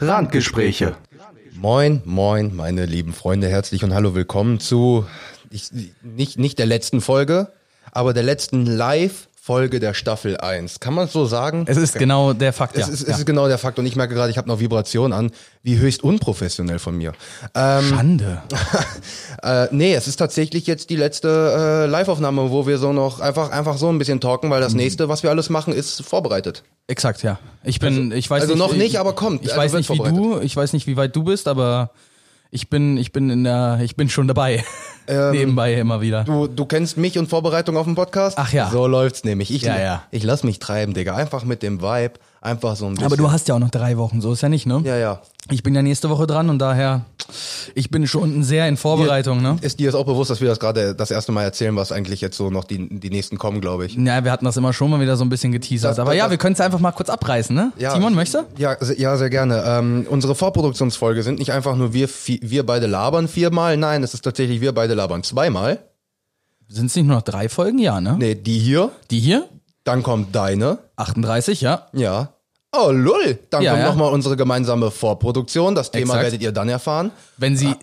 Randgespräche. Moin, moin, meine lieben Freunde, herzlich und hallo, willkommen zu ich, nicht, nicht der letzten Folge, aber der letzten Live-Folge der Staffel 1. Kann man es so sagen? Es ist genau der Fakt, ja. Es ist, ja. es ist genau der Fakt und ich merke gerade, ich habe noch Vibration an, wie höchst unprofessionell von mir. Ähm, Schande. Äh, nee, es ist tatsächlich jetzt die letzte äh, Live-Aufnahme, wo wir so noch einfach, einfach so ein bisschen talken, weil das Mhm. nächste, was wir alles machen, ist vorbereitet. Exakt, ja. Ich bin, ich weiß also nicht, noch nicht, ich- aber kommt. Ich Also weiß wird nicht, wie vorbereitet. du, ich weiß nicht, wie weit du bist, aber ich bin, ich bin in der, ich bin schon dabei. Nebenbei immer wieder. Ähm, Du, du kennst mich und Vorbereitung auf den Podcast? Ach ja. So läuft's nämlich. Ich, Ja, ja. ich lass mich treiben, Digga. Einfach mit dem Vibe. Einfach so ein bisschen. aber du hast ja auch noch drei Wochen, so ist ja nicht, ne? Ja, ja. Ich bin ja nächste Woche dran und daher, ich bin schon sehr in Vorbereitung, ne? Ist dir jetzt auch bewusst, dass wir das gerade das erste Mal erzählen, was eigentlich jetzt so noch die, die nächsten kommen, glaube ich. Ja, wir hatten das immer schon mal wieder so ein bisschen geteasert. Das- aber das- ja, wir können es einfach mal kurz abreißen, ne? Ja. Timon, möchtest du? Ja, se- ja, sehr gerne. Ähm, unsere Vorproduktionsfolge sind nicht einfach nur wir, vi- wir beide labern viermal. Nein, es ist tatsächlich wir beide labern zweimal. Sind es nicht nur noch drei Folgen? Ja, ne? Nee, die hier, Die hier? dann kommt deine. 38, ja. Ja. Oh, lull. Dann Ja, kommt ja. nochmal unsere gemeinsame Vorproduktion. Das Thema Exakt. werdet ihr dann erfahren. Wenn sie, Ah.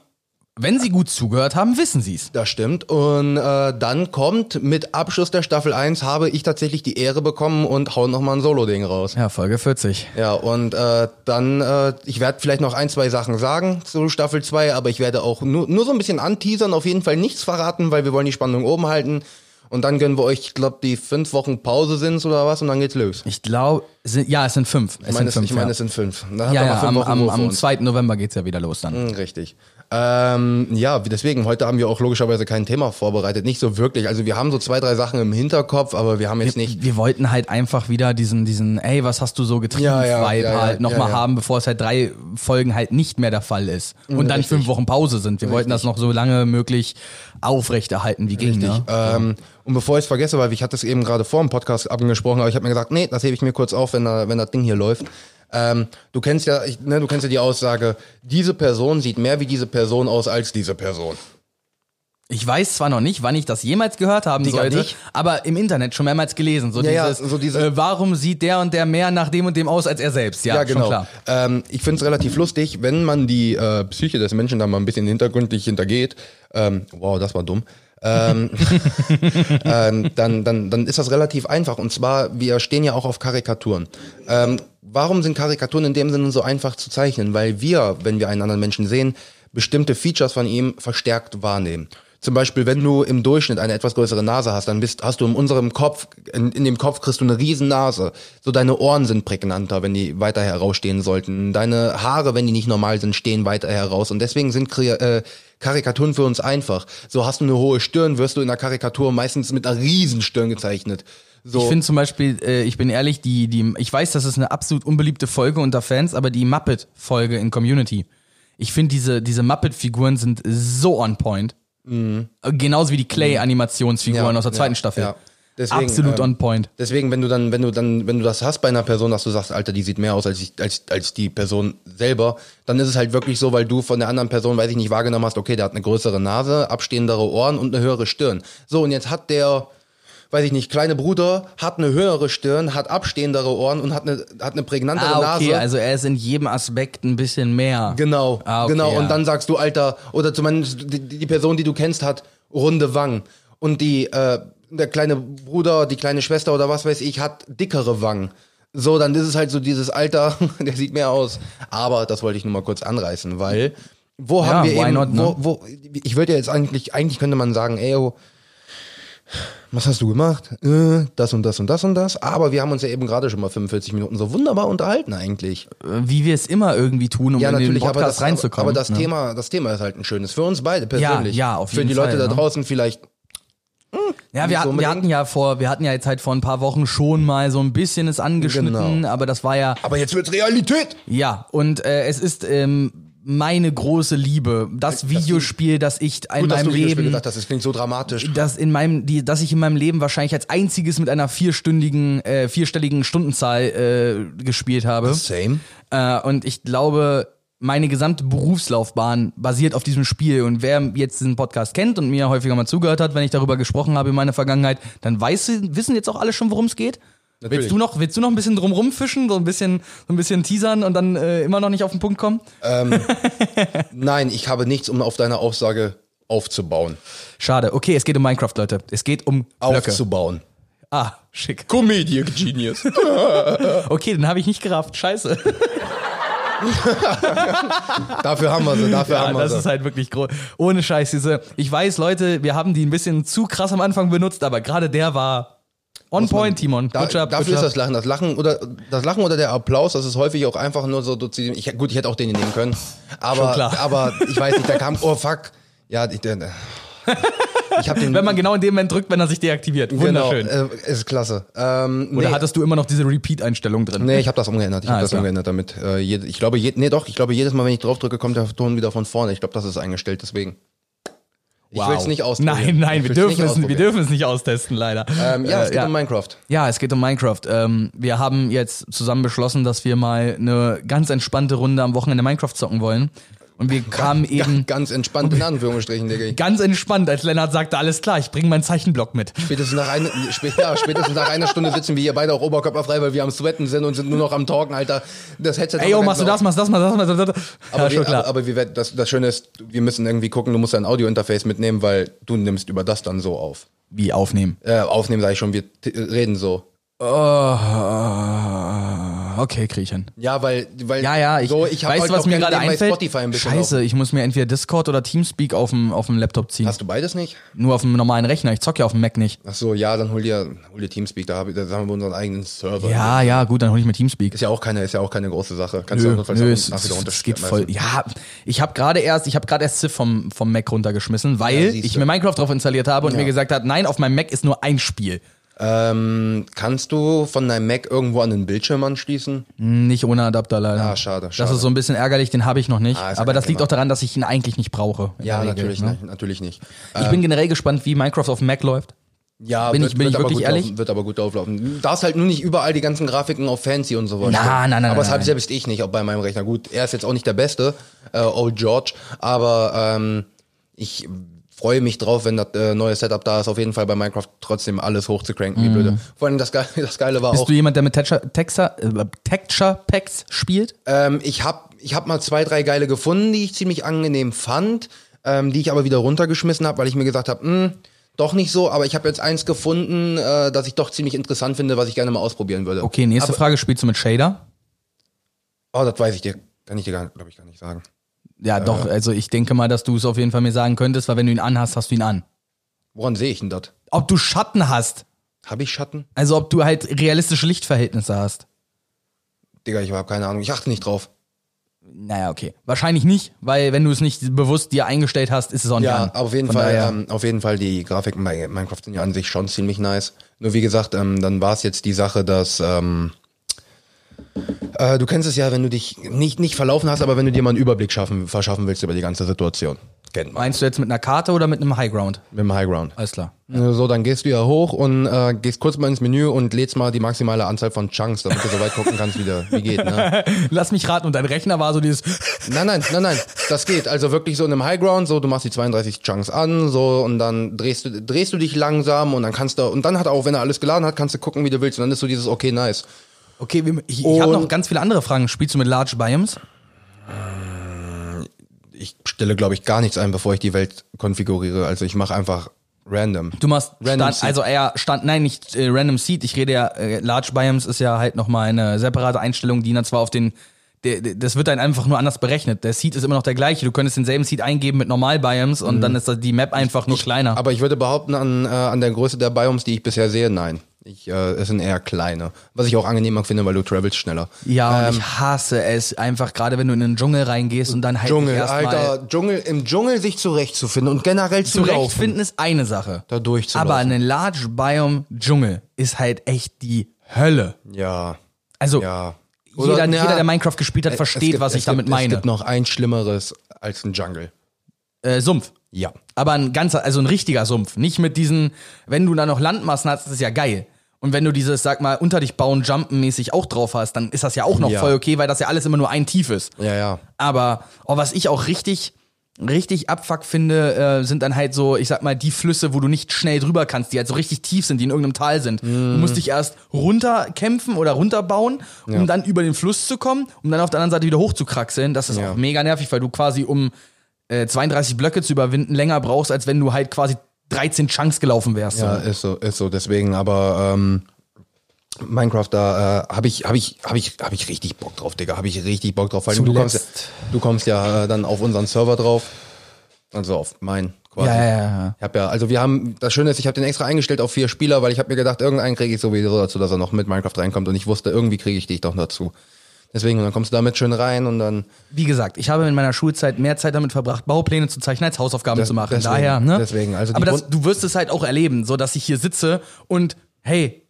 wenn sie gut zugehört haben, wissen sie es. Das stimmt. Und äh, dann kommt mit Abschluss der Staffel 1 habe ich tatsächlich die Ehre bekommen und hau nochmal ein Solo-Ding raus. Ja, Folge 40. Ja, und äh, dann, äh, ich werde vielleicht noch ein, zwei Sachen sagen zu Staffel 2, aber ich werde auch nur, nur so ein bisschen anteasern, auf jeden Fall nichts verraten, weil wir wollen die Spannung oben halten. Und dann gönnen wir euch, ich glaube, die fünf Wochen Pause sind's oder was und dann geht's los. Ich glaube, ja, es sind fünf. Es Ich meine, sind es- fünf. ich meine, ja. es sind fünf. Dann haben ja, wir ja, mal fünf am, Wochen am, Ruhe vor am uns. 2. November geht's ja wieder los dann. Hm, Richtig. Ähm, ja, wie- deswegen, heute haben wir auch logischerweise kein Thema vorbereitet. Nicht so wirklich. Also wir haben so zwei, drei Sachen im Hinterkopf, aber wir haben jetzt nicht. Wir wollten halt einfach wieder diesen, diesen, ey, was hast du so getrieben, Ja, ja, Vibe ja, ja, halt nochmal ja, ja. haben, bevor es halt drei Folgen halt nicht mehr der Fall ist. Und dann Mhm, richtig. fünf Wochen Pause sind. Wir wollten das noch so lange möglich aufrechterhalten, wie ging, ne? Ähm, und bevor ich es vergesse, weil ich hatte es eben gerade vor dem Podcast abgesprochen, aber ich habe mir gesagt, nee, das hebe ich mir kurz auf, wenn, da, wenn das Ding hier läuft. Ähm, du kennst ja, ich, ne, du kennst ja die Aussage, diese Person sieht mehr wie diese Person aus als diese Person. Ich weiß zwar noch nicht, wann ich das jemals gehört haben Digga, sollte, nicht? aber im Internet schon mehrmals gelesen. So Ja, ja, dieses, so dieses- äh, warum sieht der und der mehr nach dem und dem aus als er selbst? Ja, schon klar. Ähm, ich finde es relativ lustig, wenn man die äh, Psyche des Menschen da mal ein bisschen hintergründlich hintergeht. Ähm, wow, das war dumm. ähm, ähm, dann, dann, dann ist das relativ einfach. Und zwar, wir stehen ja auch auf Karikaturen. Ähm, warum sind Karikaturen in dem Sinne so einfach zu zeichnen? Weil wir, wenn wir einen anderen Menschen sehen, bestimmte Features von ihm verstärkt wahrnehmen. Zum Beispiel, wenn du im Durchschnitt eine etwas größere Nase hast, dann bist, hast du in unserem Kopf, in, in dem Kopf kriegst du eine riesen Nase. So deine Ohren sind prägnanter, wenn die weiter herausstehen sollten. Deine Haare, wenn die nicht normal sind, stehen weiter heraus. Und deswegen sind Kri- äh, Karikaturen für uns einfach. So hast du eine hohe Stirn, wirst du in der Karikatur meistens mit einer riesen Stirn gezeichnet. So. Ich finde zum Beispiel, äh, ich bin ehrlich, die, die, ich weiß, das ist eine absolut unbeliebte Folge unter Fans, aber die Muppet-Folge in Community. Ich finde, diese, diese Muppet-Figuren sind so on point. Äh, Genauso wie die Clay-Animationsfiguren Mhm. Ja, aus der ja, zweiten Staffel. ja. Deswegen, absolut ähm, on point. Deswegen, wenn du dann, wenn du dann, wenn du das hast bei einer Person, dass du sagst, Alter, die sieht mehr aus als, ich, als, als die Person selber, dann ist es halt wirklich so, weil du von der anderen Person, weiß ich nicht, wahrgenommen hast, okay, der hat eine größere Nase, abstehendere Ohren und eine höhere Stirn. So, und jetzt hat der, weiß ich nicht, kleine Bruder, hat eine höhere Stirn, hat abstehendere Ohren und hat eine, hat eine prägnantere Ah, okay, Nase. also er ist in jedem Aspekt ein bisschen mehr. Genau, Ah, okay, genau. ja. Und dann sagst du, Alter, oder zumindest die, die Person, die du kennst, hat runde Wangen. Und die, äh, der kleine Bruder, die kleine Schwester oder was weiß ich, hat dickere Wangen. So, dann ist es halt so dieses Alter, der sieht mehr aus. Aber das wollte ich nur mal kurz anreißen, weil wo Ja, haben wir why eben, not, ne? wo, wo, ich würde ja jetzt eigentlich, eigentlich könnte man sagen, ey, oh, was hast du gemacht? Äh, das und das und das und das. Aber wir haben uns ja eben gerade schon mal 45 Minuten so wunderbar unterhalten eigentlich äh, Wie wir es immer irgendwie tun, um in den Podcast aber das, reinzukommen. Aber das, ne? Thema, das Thema ist halt ein schönes. Für uns beide persönlich. ja, auf Für jeden die Leute Fall, da ne? draußen vielleicht. Nicht so Ja, wir hatten, wir unbedingt. hatten ja vor, wir hatten ja jetzt halt vor ein paar Wochen schon mal so ein bisschen es angeschnitten, Genau. aber das war ja, Aber jetzt wird's Realität! ja, und äh, es ist ähm, meine große Liebe, das Videospiel, das ich in Gut, dass meinem du Videospiel Leben, gesagt hast, das klingt so dramatisch. das in meinem, die, das ich in meinem Leben wahrscheinlich als einziges mit einer vierstündigen, äh, vierstelligen Stundenzahl äh, gespielt habe. Same. Äh, und ich glaube, meine gesamte Berufslaufbahn basiert auf diesem Spiel. Und wer jetzt diesen Podcast kennt und mir häufiger mal zugehört hat, wenn ich darüber gesprochen habe in meiner Vergangenheit, dann weiß, wissen jetzt auch alle schon, worum es geht. Natürlich. Willst du, noch, willst du noch ein bisschen drum rumfischen, so ein bisschen, so ein bisschen teasern und dann äh, immer noch nicht auf den Punkt kommen? Nein, ich habe nichts, um auf deine Aussage aufzubauen. Schade. Okay, es geht um Minecraft, Leute. Es geht um Blöcke. Aufzubauen. Ah, schick. Comedic Genius. Okay, dann habe ich nicht gerafft. Scheiße. dafür haben wir sie, dafür Ja, haben wir das sie. ist halt wirklich groß. Ohne Scheiß, diese. Ich weiß, Leute, wir haben die ein bisschen zu krass am Anfang benutzt, aber gerade der war on point, Timon. Da, Good job, dafür good ist job. das Lachen. Das Lachen oder das Lachen oder der Applaus, das ist häufig auch einfach nur so doziert. Ich, gut, ich hätte auch den hier nehmen können. Schon Aber, klar. aber ich weiß nicht, da kam, oh fuck. Ja, ich, der- ich habe den. wenn man genau in dem Moment drückt, wenn er sich deaktiviert. Wunderschön. Genau, äh, ist klasse. Ähm, Oder nee, hattest du immer noch diese Repeat-Einstellung drin? Nee, ich habe das umgeändert. Ich Ah, habe das ist klar. umgeändert damit. Äh, jed- ich glaube, je, nee, doch, ich glaube, jedes Mal, wenn ich draufdrücke, kommt der Ton wieder von vorne. Ich glaube, das ist eingestellt, deswegen. Ich will's nicht ausprobieren. Nein, nein, Ich wir will's dürfen, nicht es, wir ausprobieren. dürfen es nicht austesten, leider. Ähm, ja, Äh, es geht um Minecraft. Ja, es geht um Minecraft. Ähm, wir haben jetzt zusammen beschlossen, dass wir mal eine ganz entspannte Runde am Wochenende Minecraft zocken wollen. Und wir kamen eben Ga- ganz entspannt in Anführungsstrichen, Digga. ganz entspannt, als Lennart sagte, alles klar, ich bringe meinen Zeichenblock mit. Spätestens nach, eine, spät, ja, spätestens nach einer Stunde sitzen wir hier beide auch oberkörperfrei, weil wir am Sweaten sind und sind nur noch am Talken, Alter. Das Headset Ey, yo, machst du das, machst du das, machst du das, machst du das. Aber, ja, schon wir, klar. aber, aber wir, werden- das, das Schöne ist, wir müssen irgendwie gucken, du musst dein Audio-Interface mitnehmen, weil du nimmst über das dann so auf. Wie aufnehmen? Äh, aufnehmen sage ich schon, wir t- reden so. Oh, okay, krieg ich hin. Ja, weil, weil Ja, ja, ich, so, ich hab weißt heute du, was auch mir gerne gerade nebenbei einfällt? Spotify ein bisschen Scheiße, ich muss mir entweder Discord oder Teamspeak auf dem, auf dem Laptop ziehen. Auf. Hast du beides nicht? Nur auf dem normalen Rechner, ich zock ja auf dem Mac nicht. Ach so, ja, dann hol dir, hol dir Teamspeak, da, hab, ich- da haben wir unseren eigenen Server. Ja, ja, gut, dann hole ich mir Teamspeak. Ist ja auch keine, ist ja auch keine große Sache. Kannst du Nö, auch nö, es, nach wieder es, es runterspielen, geht voll. weißt Ja, ich habe gerade erst, ich habe gerade erst Civ vom vom Mac runtergeschmissen, weil Ja, siehst ich du. mir Minecraft drauf installiert habe und mir gesagt hat, nein, auf meinem Mac ist nur ein Spiel, du. Ähm, kannst du von deinem Mac irgendwo an den Bildschirm anschließen? nicht ohne Adapter leider. Ah, schade, Das schade. ist so ein bisschen ärgerlich, den habe ich noch nicht, Ah, ist ja aber kein das liegt Thema. auch daran, dass ich ihn eigentlich nicht brauche. in Ja, der Regel, natürlich, ne? ne? natürlich nicht. Ähm, Ich bin generell gespannt, wie Minecraft auf dem Mac läuft. Ja, Bin ich- bin ich aber wirklich gut ehrlich? Laufen, wird aber gut auflaufen. Du darfst halt nur nicht überall die ganzen Grafiken auf Fancy und sowas. Na, stellen. na, na, Aber na, das habe na. selbst ich nicht auch bei meinem Rechner. Gut, er ist jetzt auch nicht der Beste, äh, Old George, aber ähm, ich freue mich drauf, wenn das äh, neue Setup da ist, auf jeden Fall bei Minecraft trotzdem alles hochzukranken, wie blöde. Vor allem das Geile, das Geile war Mhm. Bist auch, du jemand, der mit Texture, Texture, äh, Texture Packs spielt? ähm, ich habe ich hab mal zwei, drei geile gefunden, die ich ziemlich angenehm fand, ähm, die ich aber wieder runtergeschmissen habe, weil ich mir gesagt habe, doch nicht so, aber ich habe jetzt eins gefunden, äh, das ich doch ziemlich interessant finde, was ich gerne mal ausprobieren würde. Okay, nächste Frage, spielst du mit Shader? Oh, das weiß ich dir. Kann ich dir, glaube ich, gar nicht sagen. Ja, doch, also ich denke mal, dass du es auf jeden Fall mir sagen könntest, weil wenn du ihn anhast, hast du ihn an. Woran sehe ich denn das? Ob du Schatten hast? Habe ich Schatten? Also ob du halt realistische Lichtverhältnisse hast. Digga, ich habe keine Ahnung. Ich achte nicht drauf. Naja, okay. Wahrscheinlich nicht, weil wenn du es nicht bewusst dir eingestellt hast, ist es auch nicht Ja, an. aber auf jeden Von Fall, daher- ähm, auf jeden Fall, die Grafiken bei Minecraft sind ja an sich schon ziemlich nice. Nur wie gesagt, ähm, dann war es jetzt die Sache, dass ähm, äh, du kennst es ja, wenn du dich nicht, nicht verlaufen hast, aber wenn du dir mal einen Überblick schaffen, verschaffen willst über die ganze Situation. Kennt man. Meinst du jetzt mit einer Karte oder mit einem Highground? Mit dem Highground. Alles klar. So, dann gehst du ja hoch und äh, gehst kurz mal ins Menü und lädst mal die maximale Anzahl von Chunks, damit du so weit gucken kannst, wie, der, wie geht. Ne? Lass mich raten, und dein Rechner war so dieses Nein, nein, nein, nein. Das geht. Also wirklich so in einem Highground, so du machst die 32 Chunks an, so und dann drehst du, drehst du dich langsam und dann kannst du, und dann hat er auch, wenn er alles geladen hat, kannst du gucken, wie du willst. Und dann ist so dieses, okay, nice. Okay, wir- ich, ich habe Und- noch ganz viele andere Fragen. Spielst du mit Large Biomes? Ich stelle, glaube ich, gar nichts ein, bevor ich die Welt konfiguriere. Also ich mache einfach random. Du machst Random Stand, Seed. also eher Stand, nein, nicht äh, Random Seed. Ich rede ja, äh, Large Biomes ist ja halt nochmal eine separate Einstellung, die dann zwar auf den, der, der- das wird dann einfach nur anders berechnet. Der Seed ist immer noch der gleiche. Du könntest denselben Seed eingeben mit Normal Biomes und dann ist das- die Map einfach nur kleiner. Aber Mhm. ich würde behaupten, an, äh, an der Größe der Biomes, die ich bisher sehe, nein. Ich, äh, es sind eher kleine. Was ich auch angenehmer finde, weil du travelst schneller. Ja, Ähm. und ich hasse es einfach, gerade wenn du in den Dschungel reingehst und dann halt Dschungel, erstmal Alter, Dschungel, im Dschungel sich zurechtzufinden und generell zu laufen. zurechtfinden ist eine Sache. Da durchzulaufen. Aber eine Large Biome Dschungel ist halt echt die Hölle. Ja. Also Ja. na, jeder, jeder, der Minecraft gespielt hat, versteht, es gibt- was es ich damit gibt, Es meine. gibt noch ein Schlimmeres als ein Jungle. Äh, Sumpf. Ja. Aber ein ganzer, also ein richtiger Sumpf. Nicht mit diesen, wenn du da noch Landmassen hast, ist es ja geil. Und wenn du dieses, sag mal, unter dich bauen, jumpenmäßig auch drauf hast, dann ist das ja auch noch Ja. voll okay, weil das ja alles immer nur ein Tief ist. Ja, ja. Aber oh, was ich auch richtig, richtig abfuck finde, äh, sind dann halt so, ich sag mal, die Flüsse, wo du nicht schnell drüber kannst, die halt so richtig tief sind, die in irgendeinem Tal sind. Du musst dich erst runterkämpfen oder runterbauen, um dann über den Fluss zu kommen, um dann auf der anderen Seite wieder hochzukraxeln. Das ist auch mega nervig, weil du quasi, um äh, 32 Blöcke zu überwinden, länger brauchst, als wenn du halt quasi 13 Chunks gelaufen wärst. Ja, So. ist so, ist so. Deswegen, aber ähm, Minecraft, da äh, habe ich, habe ich, habe ich, habe ich richtig Bock drauf, Digga. Habe ich richtig Bock drauf. Weil du kommst, ja- Zuletzt. du kommst ja äh, dann auf unseren Server drauf. Also auf meinen quasi. Ja, ja, ja, ja. Ich hab ja, also wir haben, das Schöne ist, ich habe den extra eingestellt auf vier Spieler, weil ich habe mir gedacht, irgendeinen kriege ich sowieso dazu, dass er noch mit Minecraft reinkommt und ich wusste, irgendwie kriege ich dich doch dazu. Deswegen, und dann kommst du damit schön rein und dann. Wie gesagt, ich habe in meiner Schulzeit mehr Zeit damit verbracht, Baupläne zu zeichnen, als Hausaufgaben Das- zu machen. deswegen, Daher, ne? deswegen, also die Aber das, Grund- du wirst es halt auch erleben, so dass ich hier sitze und hey,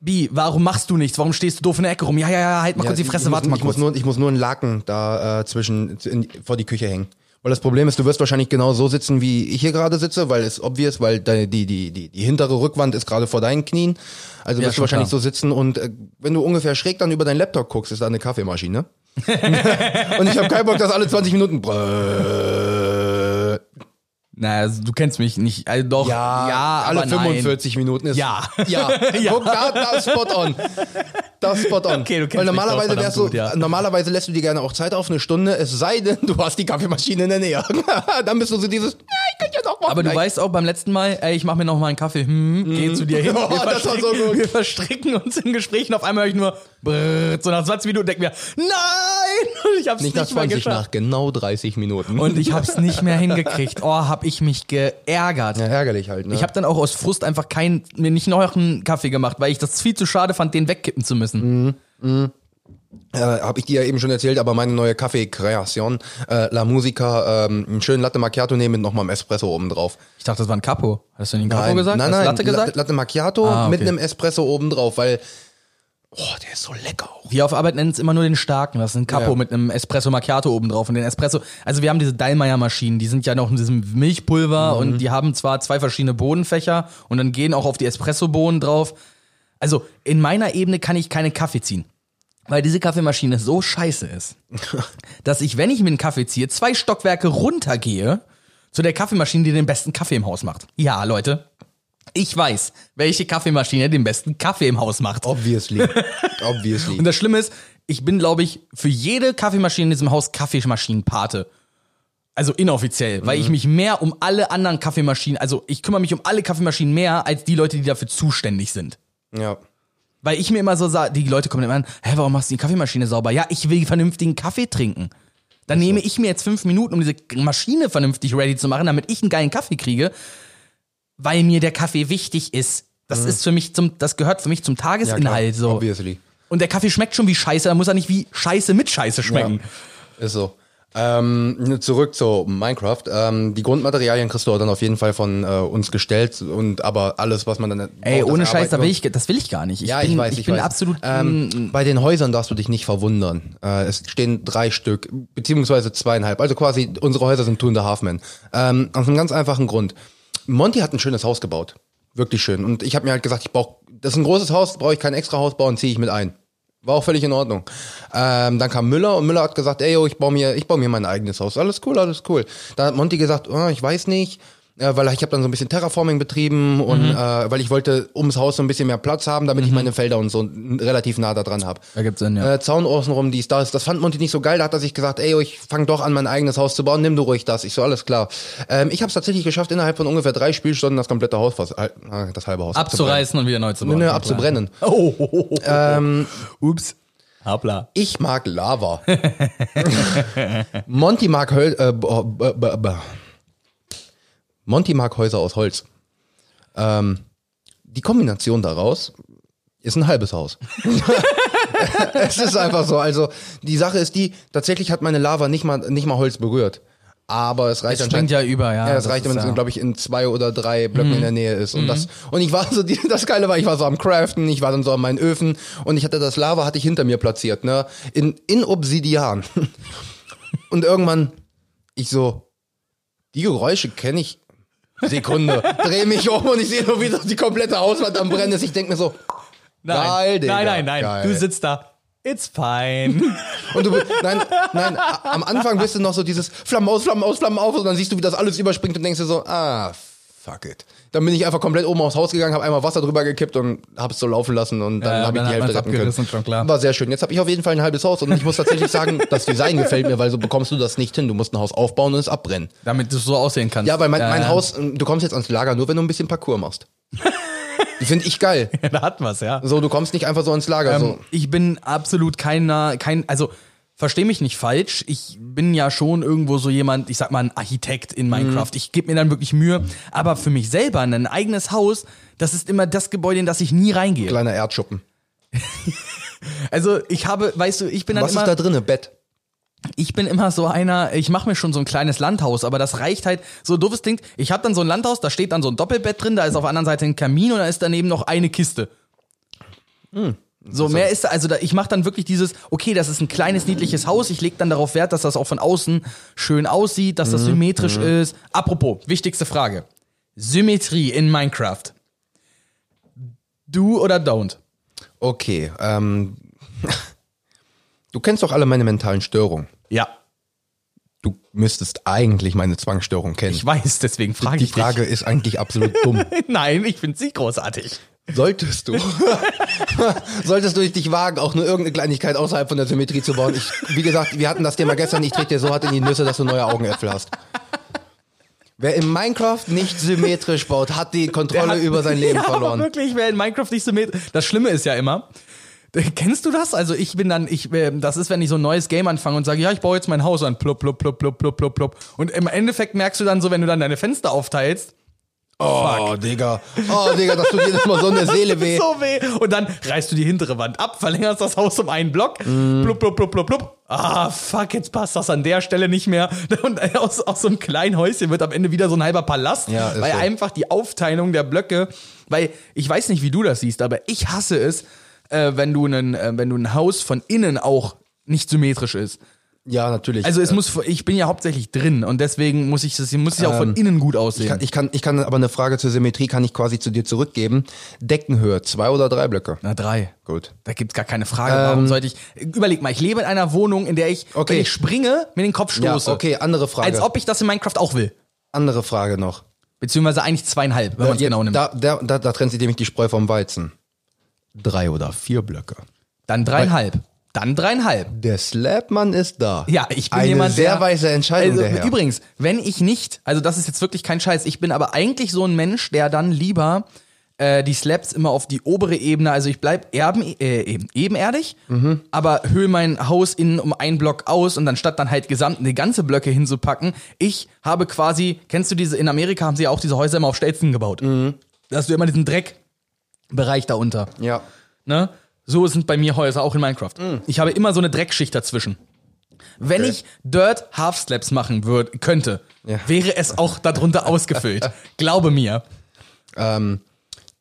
Bi, warum machst du nichts? Warum stehst du doof in der Ecke rum? Ja, ja, ja, halt mal kurz die ich- Fresse, ich warte muss, mal ich muss kurz. nur, Ich muss nur einen Laken da äh, zwischen, in, vor die Küche hängen. Weil das Problem ist, du wirst wahrscheinlich genau so sitzen, wie ich hier gerade sitze, weil es obvious, weil deine, die, die, die, die hintere Rückwand ist gerade vor deinen Knien. Also wirst du schon wahrscheinlich klar. so sitzen und äh, wenn du ungefähr schräg dann über deinen Laptop guckst, ist da eine Kaffeemaschine. und ich habe keinen Bock, dass alle 20 Minuten. brrrr. Naja, du kennst mich nicht. Also doch, ja, alle aber 45 Minuten ist. Ja. Ja, Ja. guck, da, da ist spot on. Da ist spot on. Okay, du kennst Weil mich doch normalerweise, verdammt wärst du, gut, ja. normalerweise lässt du dir gerne auch Zeit auf eine Stunde, es sei denn, du hast die Kaffeemaschine in der Nähe. Dann bist du so dieses, ja, ich könnte ja noch warten. Aber du Nein. weißt auch beim letzten Mal, ey, ich mach mir noch mal einen Kaffee. Hm, geh zu dir hin. Oh, das war so verstricken- gut. wir verstricken uns in Gesprächen. Auf einmal höre ich nur brrr, so nach 20 Minuten und denk mir, nein! Und ich hab's nicht nicht, nach mal 20, geschafft. nach genau 30 Minuten. Und ich hab's nicht mehr hingekriegt. Oh, hab ich mich geärgert. ja, ärgerlich halt, ne? Ich habe dann auch aus Frust einfach keinen, mir nicht noch einen Kaffee gemacht, weil ich das viel zu schade fand, den wegkippen zu müssen. Mhm. äh, hab ich dir ja eben schon erzählt, aber meine neue Kaffee-Kreation, äh, La Musica, ähm, einen schönen Latte Macchiato nehmen mit nochmal einem Espresso oben drauf. Ich dachte, das war ein Capo. Hast du den Capo gesagt? Nein, Hast du nein, Latte gesagt? Latte, Latte Macchiato Ah, okay. mit einem Espresso oben drauf, weil, oh, der ist so lecker auch. wir auf Arbeit nennen es immer nur den starken. Das ist ein Capo Ja. mit einem Espresso Macchiato oben drauf. Und den Espresso, also wir haben diese Dallmayr-Maschinen, die sind ja noch in diesem Milchpulver Mhm. und die haben zwar zwei verschiedene Bohnenfächer und dann gehen auch auf die Espresso-Bohnen drauf. Also in meiner Ebene kann ich keinen Kaffee ziehen. Weil diese Kaffeemaschine so scheiße ist, dass ich, wenn ich mir einen Kaffee ziehe, zwei Stockwerke runtergehe zu der Kaffeemaschine, die den besten Kaffee im Haus macht. Ja, Leute, ich weiß, welche Kaffeemaschine den besten Kaffee im Haus Oh, macht. Obviously. Obviously. Und das Schlimme ist, ich bin, glaube ich, für jede Kaffeemaschine in diesem Haus Kaffeemaschinenpate. Also inoffiziell, weil Mhm. ich mich mehr um alle anderen Kaffeemaschinen, also ich kümmere mich um alle Kaffeemaschinen mehr als die Leute, die dafür zuständig sind. ja. Weil ich mir immer so sage, die Leute kommen immer an, hä, warum machst du die Kaffeemaschine sauber? Ja, ich will vernünftigen Kaffee trinken. Dann nehme ich mir jetzt fünf Minuten, um diese Maschine vernünftig ready zu machen, damit ich einen geilen Kaffee kriege, weil mir der Kaffee wichtig ist. Das ist für mich zum, das gehört für mich zum Mhm. Ja, klar. Tagesinhalt so. Obviously. Und der Kaffee schmeckt schon wie Scheiße, dann muss er nicht wie Scheiße mit Scheiße schmecken. Ist so. Ähm, zurück zu Minecraft. Ähm, die Grundmaterialien kriegst du dann auf jeden Fall von äh, uns gestellt und aber alles, was man dann Ey, ohne Scheiß, da will ich ich, das will ich gar nicht. Ich Ja, bin, ich weiß, ich, bin weiß. absolut. mm, Ähm, bei den Häusern darfst du dich nicht verwundern. Äh, es stehen drei Stück, beziehungsweise zweieinhalb. Also quasi, unsere Häuser sind Two and a Half Men. Ähm, aus einem ganz einfachen Grund. Monty hat ein schönes Haus gebaut. Wirklich schön. Und ich habe mir halt gesagt, ich brauche, das ist ein großes Haus, brauche ich kein extra Haus bauen, ziehe ich mit ein. War auch völlig in Ordnung. Ähm, dann kam Müller und Müller hat gesagt, ey, yo, ich baue mir, ich baue mir mein eigenes Haus. Alles cool, alles cool. Dann hat Monty gesagt, oh, ich weiß nicht, äh, weil ich habe dann so ein bisschen Terraforming betrieben und äh, weil ich wollte ums Haus so ein bisschen mehr Platz haben, damit ich meine Felder und so n- relativ nah da dran habe. Da gibt's einen, ja. Äh, Zaun außenrum, dies, das. Das fand Monty nicht so geil. Da hat er sich gesagt, ey, yo, ich fange doch an, mein eigenes Haus zu bauen. Nimm du ruhig das. Ich so, alles klar. Ähm, ich habe es tatsächlich geschafft, innerhalb von ungefähr drei Spielstunden das komplette Haus, fast, äh, das halbe Haus abzureißen und wieder neu zu bauen. Nö, abzubrennen. Ähm, Oh, oh, oh, oh. ups. Habla. Ich mag Lava. Monty mag Höl äh, b- b- b- b- Monty mag Häuser aus Holz. Ähm, die Kombination daraus ist ein halbes Haus. es ist einfach so. Also die Sache ist die, tatsächlich hat meine Lava nicht mal, nicht mal Holz berührt. Aber es reicht Das springt ja über, ja. ja, das, reicht, wenn ist es, ja- Mhm. glaube ich, in zwei oder drei Blöcken in der Nähe ist. Und, das, und ich war so, die, das Geile war, ich war so am Craften, ich war dann so an meinen Öfen und ich hatte das Lava, hatte ich hinter mir platziert, ne? In, in Obsidian. und irgendwann, ich so, die Geräusche kenne ich. Sekunde, drehe mich um und ich sehe nur, wie so die komplette Hauswand am Brennen ist. Ich denke mir so, Nein, Geil, Digga. nein, nein, nein. Geil. Du sitzt da. It's fine. Und du, bi- nein, nein, a- am Anfang bist du noch so dieses Flammen aus, Flammen aus, Flammen auf und dann siehst du, wie das alles überspringt und denkst dir so, ah, fuck it. Dann bin ich einfach komplett oben aufs Haus gegangen, habe einmal Wasser drüber gekippt und hab's so laufen lassen und dann Ja, habe ich dann die hat man's Hälfte retten abgerissen, können. schon klar. War sehr schön. Jetzt habe ich auf jeden Fall ein halbes Haus und ich muss tatsächlich sagen, das Design gefällt mir, weil so bekommst du das nicht hin. Du musst ein Haus aufbauen und es abbrennen. Damit du so aussehen kannst. Ja, weil mein, mein ja. Haus, ähm, du kommst jetzt ans Lager nur, wenn du ein bisschen Parcours machst. Finde ich geil. da hat was, ja. So, du kommst nicht einfach so ans Lager. so. Ähm, ich bin absolut keiner, kein, also verstehe mich nicht falsch. Ich bin ja schon irgendwo so jemand, ich sag mal, ein Architekt Mhm. in Minecraft. Ich gebe mir dann wirklich Mühe. Aber für mich selber ein eigenes Haus, das ist immer das Gebäude, in das ich nie reingehe. Kleiner Erdschuppen. Also ich habe, weißt du, ich bin dann Was ist immer, da drinne? Bett. ich bin immer so einer, ich mache mir schon so ein kleines Landhaus, aber das reicht halt, so doofes Ding, ich habe dann so ein Landhaus, da steht dann so ein Doppelbett drin, da ist auf der anderen Seite ein Kamin und da ist daneben noch eine Kiste. Hm, So mehr ist da- also da, ich mache dann wirklich dieses okay, das ist ein kleines niedliches Haus, ich lege dann darauf Wert, dass das auch von außen schön aussieht, dass das Mhm, symmetrisch ist. Apropos, wichtigste Frage. Symmetrie in Minecraft. Do oder don't? Okay, ähm, du kennst doch alle meine mentalen Störungen. Ja, Du müsstest eigentlich meine Zwangsstörung kennen. ich weiß, deswegen frage Die ich Frage ist eigentlich absolut dumm. dich. Nein, ich finde sie großartig. Solltest du, solltest du dich wagen, auch nur irgendeine Kleinigkeit außerhalb von der Symmetrie zu bauen. Ich, wie gesagt, wir hatten das Thema gestern. Ich trete dir so hart in die Nüsse, dass du neue Augenäpfel hast. Wer in Minecraft nicht symmetrisch baut, hat die Kontrolle hat- über sein Leben ja, verloren. Aber wirklich, wer in Minecraft nicht so mit. Das Schlimme ist ja immer. äh, Kennst du das? Also ich bin dann, ich, äh, das ist, wenn ich so ein neues Game anfange und sage, ja, ich baue jetzt mein Haus an, plupp, plupp, plupp, plupp, plupp, plupp, plupp. Und im Endeffekt merkst du dann so, wenn du dann deine Fenster aufteilst, Oh, Digga. Oh, Digga, das tut jedes Mal so eine Seele weh. so weh. Und dann reißt du die hintere Wand ab, verlängerst das Haus um einen Block, Mm. plupp, plupp, plupp, plupp, plupp. Ah, fuck, jetzt passt das an der Stelle nicht mehr. Und aus, aus so einem kleinen Häuschen wird am Ende wieder so ein halber Palast, Ja, ist weil so. einfach die Aufteilung der Blöcke, weil ich weiß nicht, wie du das siehst, aber ich hasse es, äh, wenn, du einen, äh, wenn du ein Haus von innen auch nicht symmetrisch ist. Ja, natürlich. Äh, Also es muss, ich bin ja hauptsächlich drin und deswegen muss ich das, muss ich auch von innen gut Ähm, Ich aussehen. kann, ich, kann, ich kann aber eine Frage zur Symmetrie kann ich quasi zu dir zurückgeben. Deckenhöhe, zwei oder drei Blöcke? Na drei. Gut. Da gibt's gar keine Frage, warum sollte ich. Überleg mal, ich lebe in einer Wohnung, in der ich, Ähm. Okay. wenn ich springe, mir den Kopf Ja, stoße. okay, andere Frage. Als ob ich das in Minecraft auch will. andere Frage noch. Beziehungsweise eigentlich zweieinhalb, wenn man es genau nimmt. Äh, da, da, da, da trennt sich nämlich die Spreu vom Weizen. Drei oder vier Blöcke. Dann dreieinhalb. Dann dreieinhalb. Der Slapman ist da. Ja, ich bin Eine jemand, sehr der, weise Entscheidung, also, der Herr. Übrigens, wenn ich nicht, also das ist jetzt wirklich kein Scheiß, ich bin aber eigentlich so ein Mensch, der dann lieber äh, die Slaps immer auf die obere Ebene, also ich bleib erben, äh, eben, ebenerdig, aber höhe mein Haus innen um einen Block aus und dann statt dann halt gesamt eine ganze Blöcke hinzupacken, ich habe quasi, kennst du diese, in Amerika haben sie ja auch diese Häuser immer auf Stelzen gebaut. Mhm. Da hast du immer diesen Dreckbereich darunter. Ja. Ne? So sind bei mir Häuser auch in Minecraft. Ich habe immer so eine Dreckschicht dazwischen. Wenn Mm. Okay. ich Dirt Half Slaps machen würd, könnte, Ja. wäre es auch darunter ausgefüllt. Glaube mir.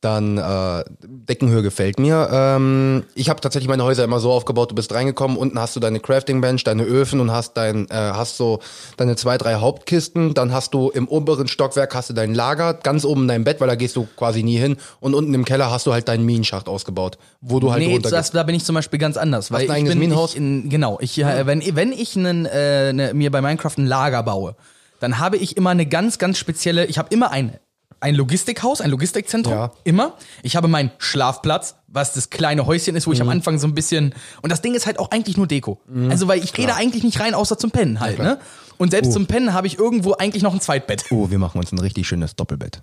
Dann äh, Deckenhöhe gefällt mir. Ähm, ich habe tatsächlich meine Häuser immer so aufgebaut, du bist reingekommen, unten hast du deine Crafting Bench, deine Öfen und hast dein, äh, hast so deine zwei, drei Hauptkisten. Dann hast du im oberen Stockwerk hast du dein Lager, ganz oben dein Bett, weil da gehst du quasi nie hin. Und unten im Keller hast du halt deinen Minenschacht ausgebaut, wo du halt nee, runtergehst. das, da bin ich zum Beispiel ganz anders. Weil ein ich eigenes bin, Minenhaus? Ich, in, genau. Ich, äh, wenn, wenn ich nen, äh, ne, mir bei Minecraft ein Lager baue, dann habe ich immer eine ganz, ganz spezielle, ich habe immer ein, ein Logistikhaus, ein Logistikzentrum, Ja. immer. Ich habe meinen Schlafplatz, was das kleine Häuschen ist, wo ich Mhm. am Anfang so ein bisschen, und das Ding ist halt auch eigentlich nur Deko. Also, weil ich gehe da eigentlich nicht rein, außer zum Pennen halt, ne? Und selbst Uh. zum Pennen habe ich irgendwo eigentlich noch ein Zweitbett. Oh, wir machen uns ein richtig schönes Doppelbett.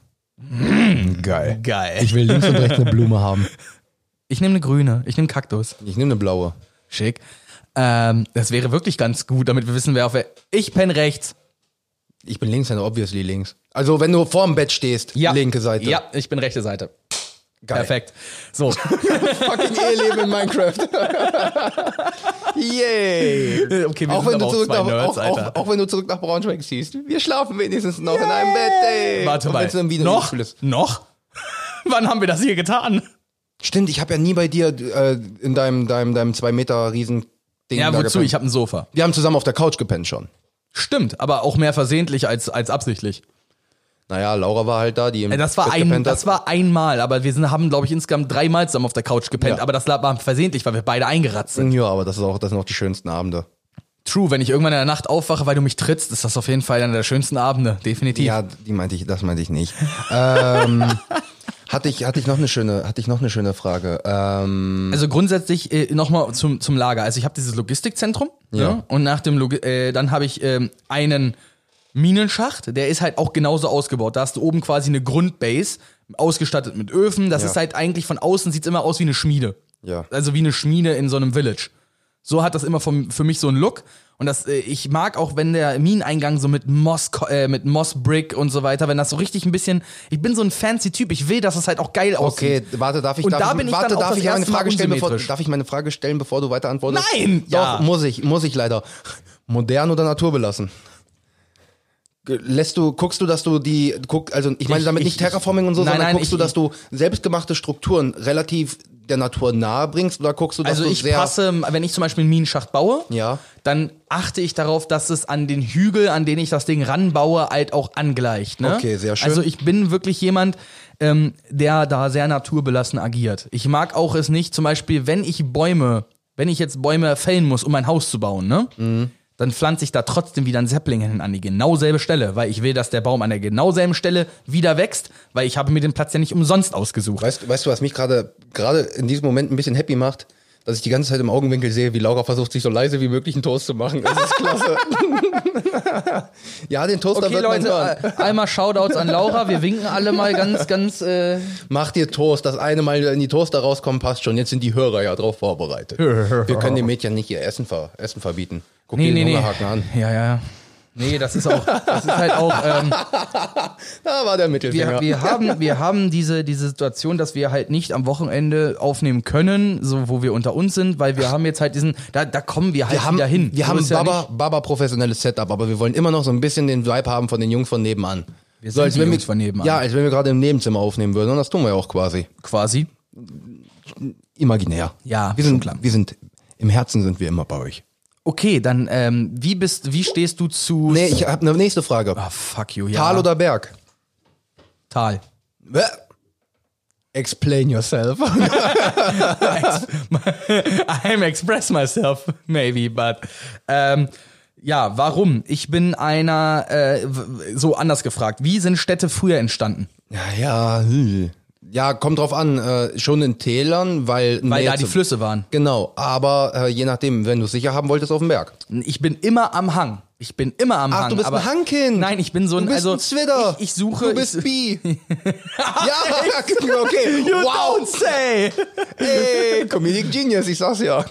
Geil. Geil. Ich will links und rechts eine Blume haben. Ich nehme eine grüne, ich nehme Kaktus. Ich nehme eine blaue. Schick. Ähm, das wäre wirklich ganz gut, damit wir wissen, wer auf wer. Ich penne rechts. Ich bin links, obviously links. Also wenn du vorm Bett stehst, linke Seite. Ja, ich bin rechte Seite. Geil. Perfekt. So, fucking Eheleben in Minecraft. Yay! okay, wir Auch sind wenn, aber du auch zurück zwei nach, auch, Nerds, Alter. auch, auch wenn du zurück nach Braunschweig ziehst. Wir schlafen wenigstens noch in einem Bett, ey. Warte Auch mal. wenn's Im Wiener noch? Ist. Noch? Wann haben wir das hier getan? Stimmt, ich habe ja nie bei dir äh, in deinem, deinem, deinem zwei Meter riesen Ding Ja, da wozu? gepennt. Ich habe ein Sofa. Wir haben zusammen auf der Couch gepennt schon. Stimmt, aber auch mehr versehentlich als, als absichtlich. Naja, Laura war halt da, die im Äh, Das war, Bett ein, gepennt hat. das war einmal, aber wir sind, haben, glaube ich, insgesamt dreimal zusammen auf der Couch gepennt. Ja. Aber das war versehentlich, weil wir beide eingeratzt sind. Ja, aber das ist auch, das sind auch die schönsten Abende. True, wenn ich irgendwann in der Nacht aufwache, weil du mich trittst, ist das auf jeden Fall einer der schönsten Abende. Definitiv. Ja, die meinte ich, das meinte ich nicht. ähm, hatte ich, hatte ich noch eine schöne, hatte ich noch eine schöne Frage. Ähm, Also grundsätzlich äh, nochmal zum, zum Lager. Also ich habe dieses Logistikzentrum ne? und nach dem Logi äh, dann habe ich ähm, einen Minenschacht, der ist halt auch genauso ausgebaut. Da hast du oben quasi eine Grundbase, ausgestattet mit Öfen. Das Ja. ist halt eigentlich von außen sieht's immer aus wie eine Schmiede. ja. Also wie eine Schmiede in so einem Village. So hat das immer vom, für mich so einen Look. Und das, äh, ich mag auch, wenn der Mineneingang so mit Moss, äh, mit Mossbrick und so weiter, wenn das so richtig ein bisschen. Ich bin so ein fancy Typ. Ich will, dass es halt auch geil Okay, aussieht. warte, darf ich, Und darf da bin ich warte, dann auch darf das ich meine erste Mal Frage stellen, bevor, unsymmetrisch. darf ich meine Frage stellen, bevor du weiter antwortest? Nein! Doch, Ja. muss ich, muss ich leider. Modern oder naturbelassen? Ge- Lässt du, guckst du, dass du die, guck, also ich meine Ich- damit ich- nicht Terraforming und so, Nein, sondern nein, guckst ich- du, dass du selbstgemachte Strukturen relativ der Natur nahe bringst oder guckst du, dass Also du ich sehr, passe, wenn ich zum Beispiel einen Minenschacht baue, Ja. dann achte ich darauf, dass es an den Hügel, an den ich das Ding ranbaue, halt auch angleicht. Ne? Okay, sehr schön. Also ich bin wirklich jemand, ähm, der da sehr naturbelassen agiert. Ich mag auch es nicht, zum Beispiel, wenn ich Bäume, wenn ich jetzt Bäume fällen muss, um ein Haus zu bauen, ne? Mhm. Dann pflanze ich da trotzdem wieder einen Seppling hin an die genau selbe Stelle, weil ich will, dass der Baum an der genau selben Stelle wieder wächst, weil ich habe mir den Platz ja nicht umsonst ausgesucht. Weißt, weißt du, was mich gerade gerade in diesem Moment ein bisschen happy macht? Dass ich die ganze Zeit im Augenwinkel sehe, wie Laura versucht, sich so leise wie möglich einen Toast zu machen. Das ist klasse. ja, den Toaster Okay, wird man Leute, hören. äh, einmal Shoutouts an Laura. Wir winken alle mal ganz, ganz äh, Mach dir Toast. Das eine Mal in die Toaster rauskommen, passt schon. Jetzt sind die Hörer ja drauf vorbereitet. Wir können den Mädchen nicht ihr Essen, ver Essen verbieten. Guck dir den Hungerhaken an. Ja, ja, ja. Nee, das ist auch, das ist halt auch, ähm, Da war der wir, Mittelfinger. wir haben, wir haben diese, diese Situation, dass wir halt nicht am Wochenende aufnehmen können, so wo wir unter uns sind, weil wir haben jetzt halt diesen, da, da kommen wir halt Wir haben, wieder hin. wir So haben ist ja Baba, Baba professionelles Setup, aber wir wollen immer noch so ein bisschen den Vibe haben von den Jungs von nebenan. Wir so, sind als die wenn Jungs wir, von nebenan. Ja, als wenn wir gerade im Nebenzimmer aufnehmen würden. Und das tun wir ja auch quasi. nicht quasi. Imaginär. Ja, wir schon sind, klar. wir sind, im Herzen sind wir immer bei euch. Okay, dann, ähm, wie bist, wie stehst du zu. Nee, ich habe eine nächste Frage. Ah, fuck you, ja. Tal oder Berg? Tal. Bäh. Explain yourself. I'm express myself, maybe, but ähm, ja, warum? Ich bin einer, äh, w- so anders gefragt, wie sind Städte früher entstanden? ja, ja, hm. ja, kommt drauf an. Äh, schon in Tälern, weil Weil nee, da die zu- Flüsse waren. Genau, aber äh, je nachdem, wenn du es sicher haben wolltest, auf dem Berg. Ich bin immer am Hang. Ich bin immer am Hang. Ach, du bist aber ein Hankin. Nein, ich bin so ein, du bist also ein Zwitter. Ich, ich suche. Du bist ich, Bi. ja, okay. You wow. don't say. Hey, Comedic Genius, ich sag's ja.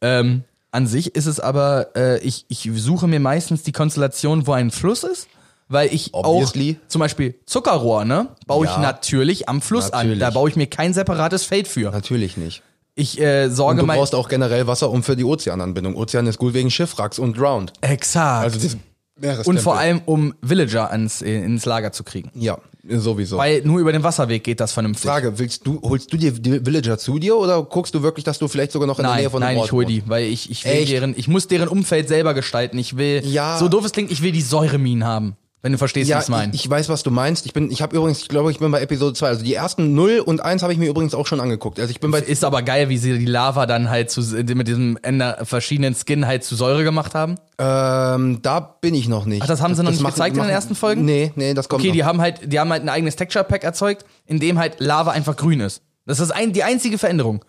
Ähm, an sich ist es aber, äh, ich, ich suche mir meistens die Konstellation, wo ein Fluss ist, weil ich Obviously. auch zum Beispiel Zuckerrohr, ne, baue ich Ja. natürlich am Fluss an. Natürlich. Da baue ich mir kein separates Feld für. Natürlich nicht. Ich äh, sorge Du mein brauchst auch generell Wasser um für die Ozeananbindung. Ozean ist gut wegen Schiffwracks und Drowned. exakt Also das Meerestempel. und vor allem um Villager ans, äh, ins Lager zu kriegen, Ja, sowieso. weil nur über den Wasserweg geht das vernünftig. Frage, willst du, holst du dir die Villager zu dir oder guckst du wirklich, dass du vielleicht sogar noch in der Nein, Nähe von nein, einem Ort ich hole wohnst? die, weil ich ich will Echt? deren, ich muss deren Umfeld selber gestalten. Ich will Ja. so doof es klingt, ich will die Säureminen haben, wenn du verstehst, Ja, was ich meine. ich, ich weiß, was du meinst. Ich bin, ich habe übrigens, ich glaube, ich bin bei Episode 2. Also die ersten 0 und 1 habe ich mir übrigens auch schon angeguckt. Also ich bin bei Ist aber geil, wie sie die Lava dann halt zu, mit diesem änder- verschiedenen Skin halt zu Säure gemacht haben. Ähm, da bin ich noch nicht. Ach, das haben sie noch nicht gezeigt in den ersten Folgen? Nee, nee, das kommt Okay, noch. die haben halt, die haben halt ein eigenes Texture Pack erzeugt, in dem halt Lava einfach grün ist. Das ist ein, die einzige Veränderung.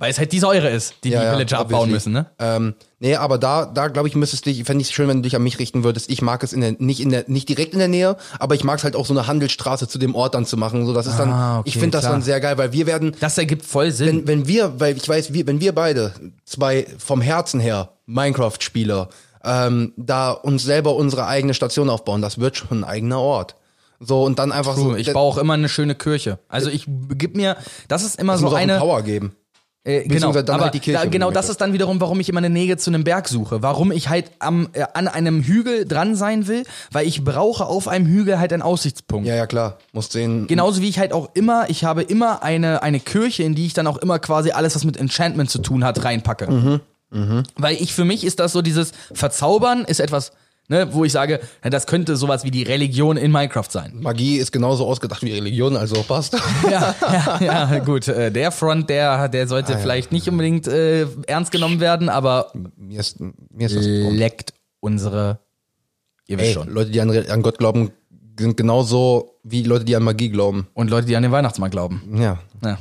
Weil es halt die Säure ist, die Ja, die ja, Villager abbauen obviously. müssen, ne? Ähm, nee, aber da, da glaube ich, müsstest dich, fände ich schön, wenn du dich an mich richten würdest. Ich mag es in der, nicht in der, nicht direkt in der Nähe, aber ich mag es halt auch so eine Handelsstraße zu dem Ort dann zu machen. So, das ist dann, Ah, okay, ich finde das klar. dann sehr geil, weil wir werden, Das ergibt voll Sinn. wenn, wenn wir, weil ich weiß, wir, wenn wir beide, zwei vom Herzen her Minecraft-Spieler, ähm, da uns selber unsere eigene Station aufbauen, das wird schon ein eigener Ort. So, und dann einfach so, True, ich das baue auch immer eine schöne Kirche. Also ich gib mir, das ist immer muss so auch einen eine. Power geben. Äh, genau, Beziehungsweise dann aber halt die Kirche da, genau mit das Mitte. ist dann wiederum, warum ich immer eine Nähe zu einem Berg suche. Warum ich halt am, äh, an einem Hügel dran sein will, weil ich brauche auf einem Hügel halt einen Aussichtspunkt. Ja, ja, klar. Muss den. Genauso wie ich halt auch immer, ich habe immer eine, eine Kirche, in die ich dann auch immer quasi alles, was mit Enchantment Mhm. zu tun hat, reinpacke. Weil ich, für mich ist das so dieses Verzaubern ist etwas, ne, wo ich sage, ja, das könnte sowas wie die Religion in Minecraft sein. Magie ist genauso ausgedacht wie Religion, also passt. Ja, ja, ja gut, äh, der Front, der, der sollte vielleicht nicht unbedingt äh, ernst genommen werden, aber mir, ist, mir ist das leckt unsere, ihr wisst Äh, Ey, schon. Leute, die an, Re- an Gott glauben, sind genauso wie Leute, die an Magie glauben. Und Leute, die an den Weihnachtsmann glauben. Ja. Ja.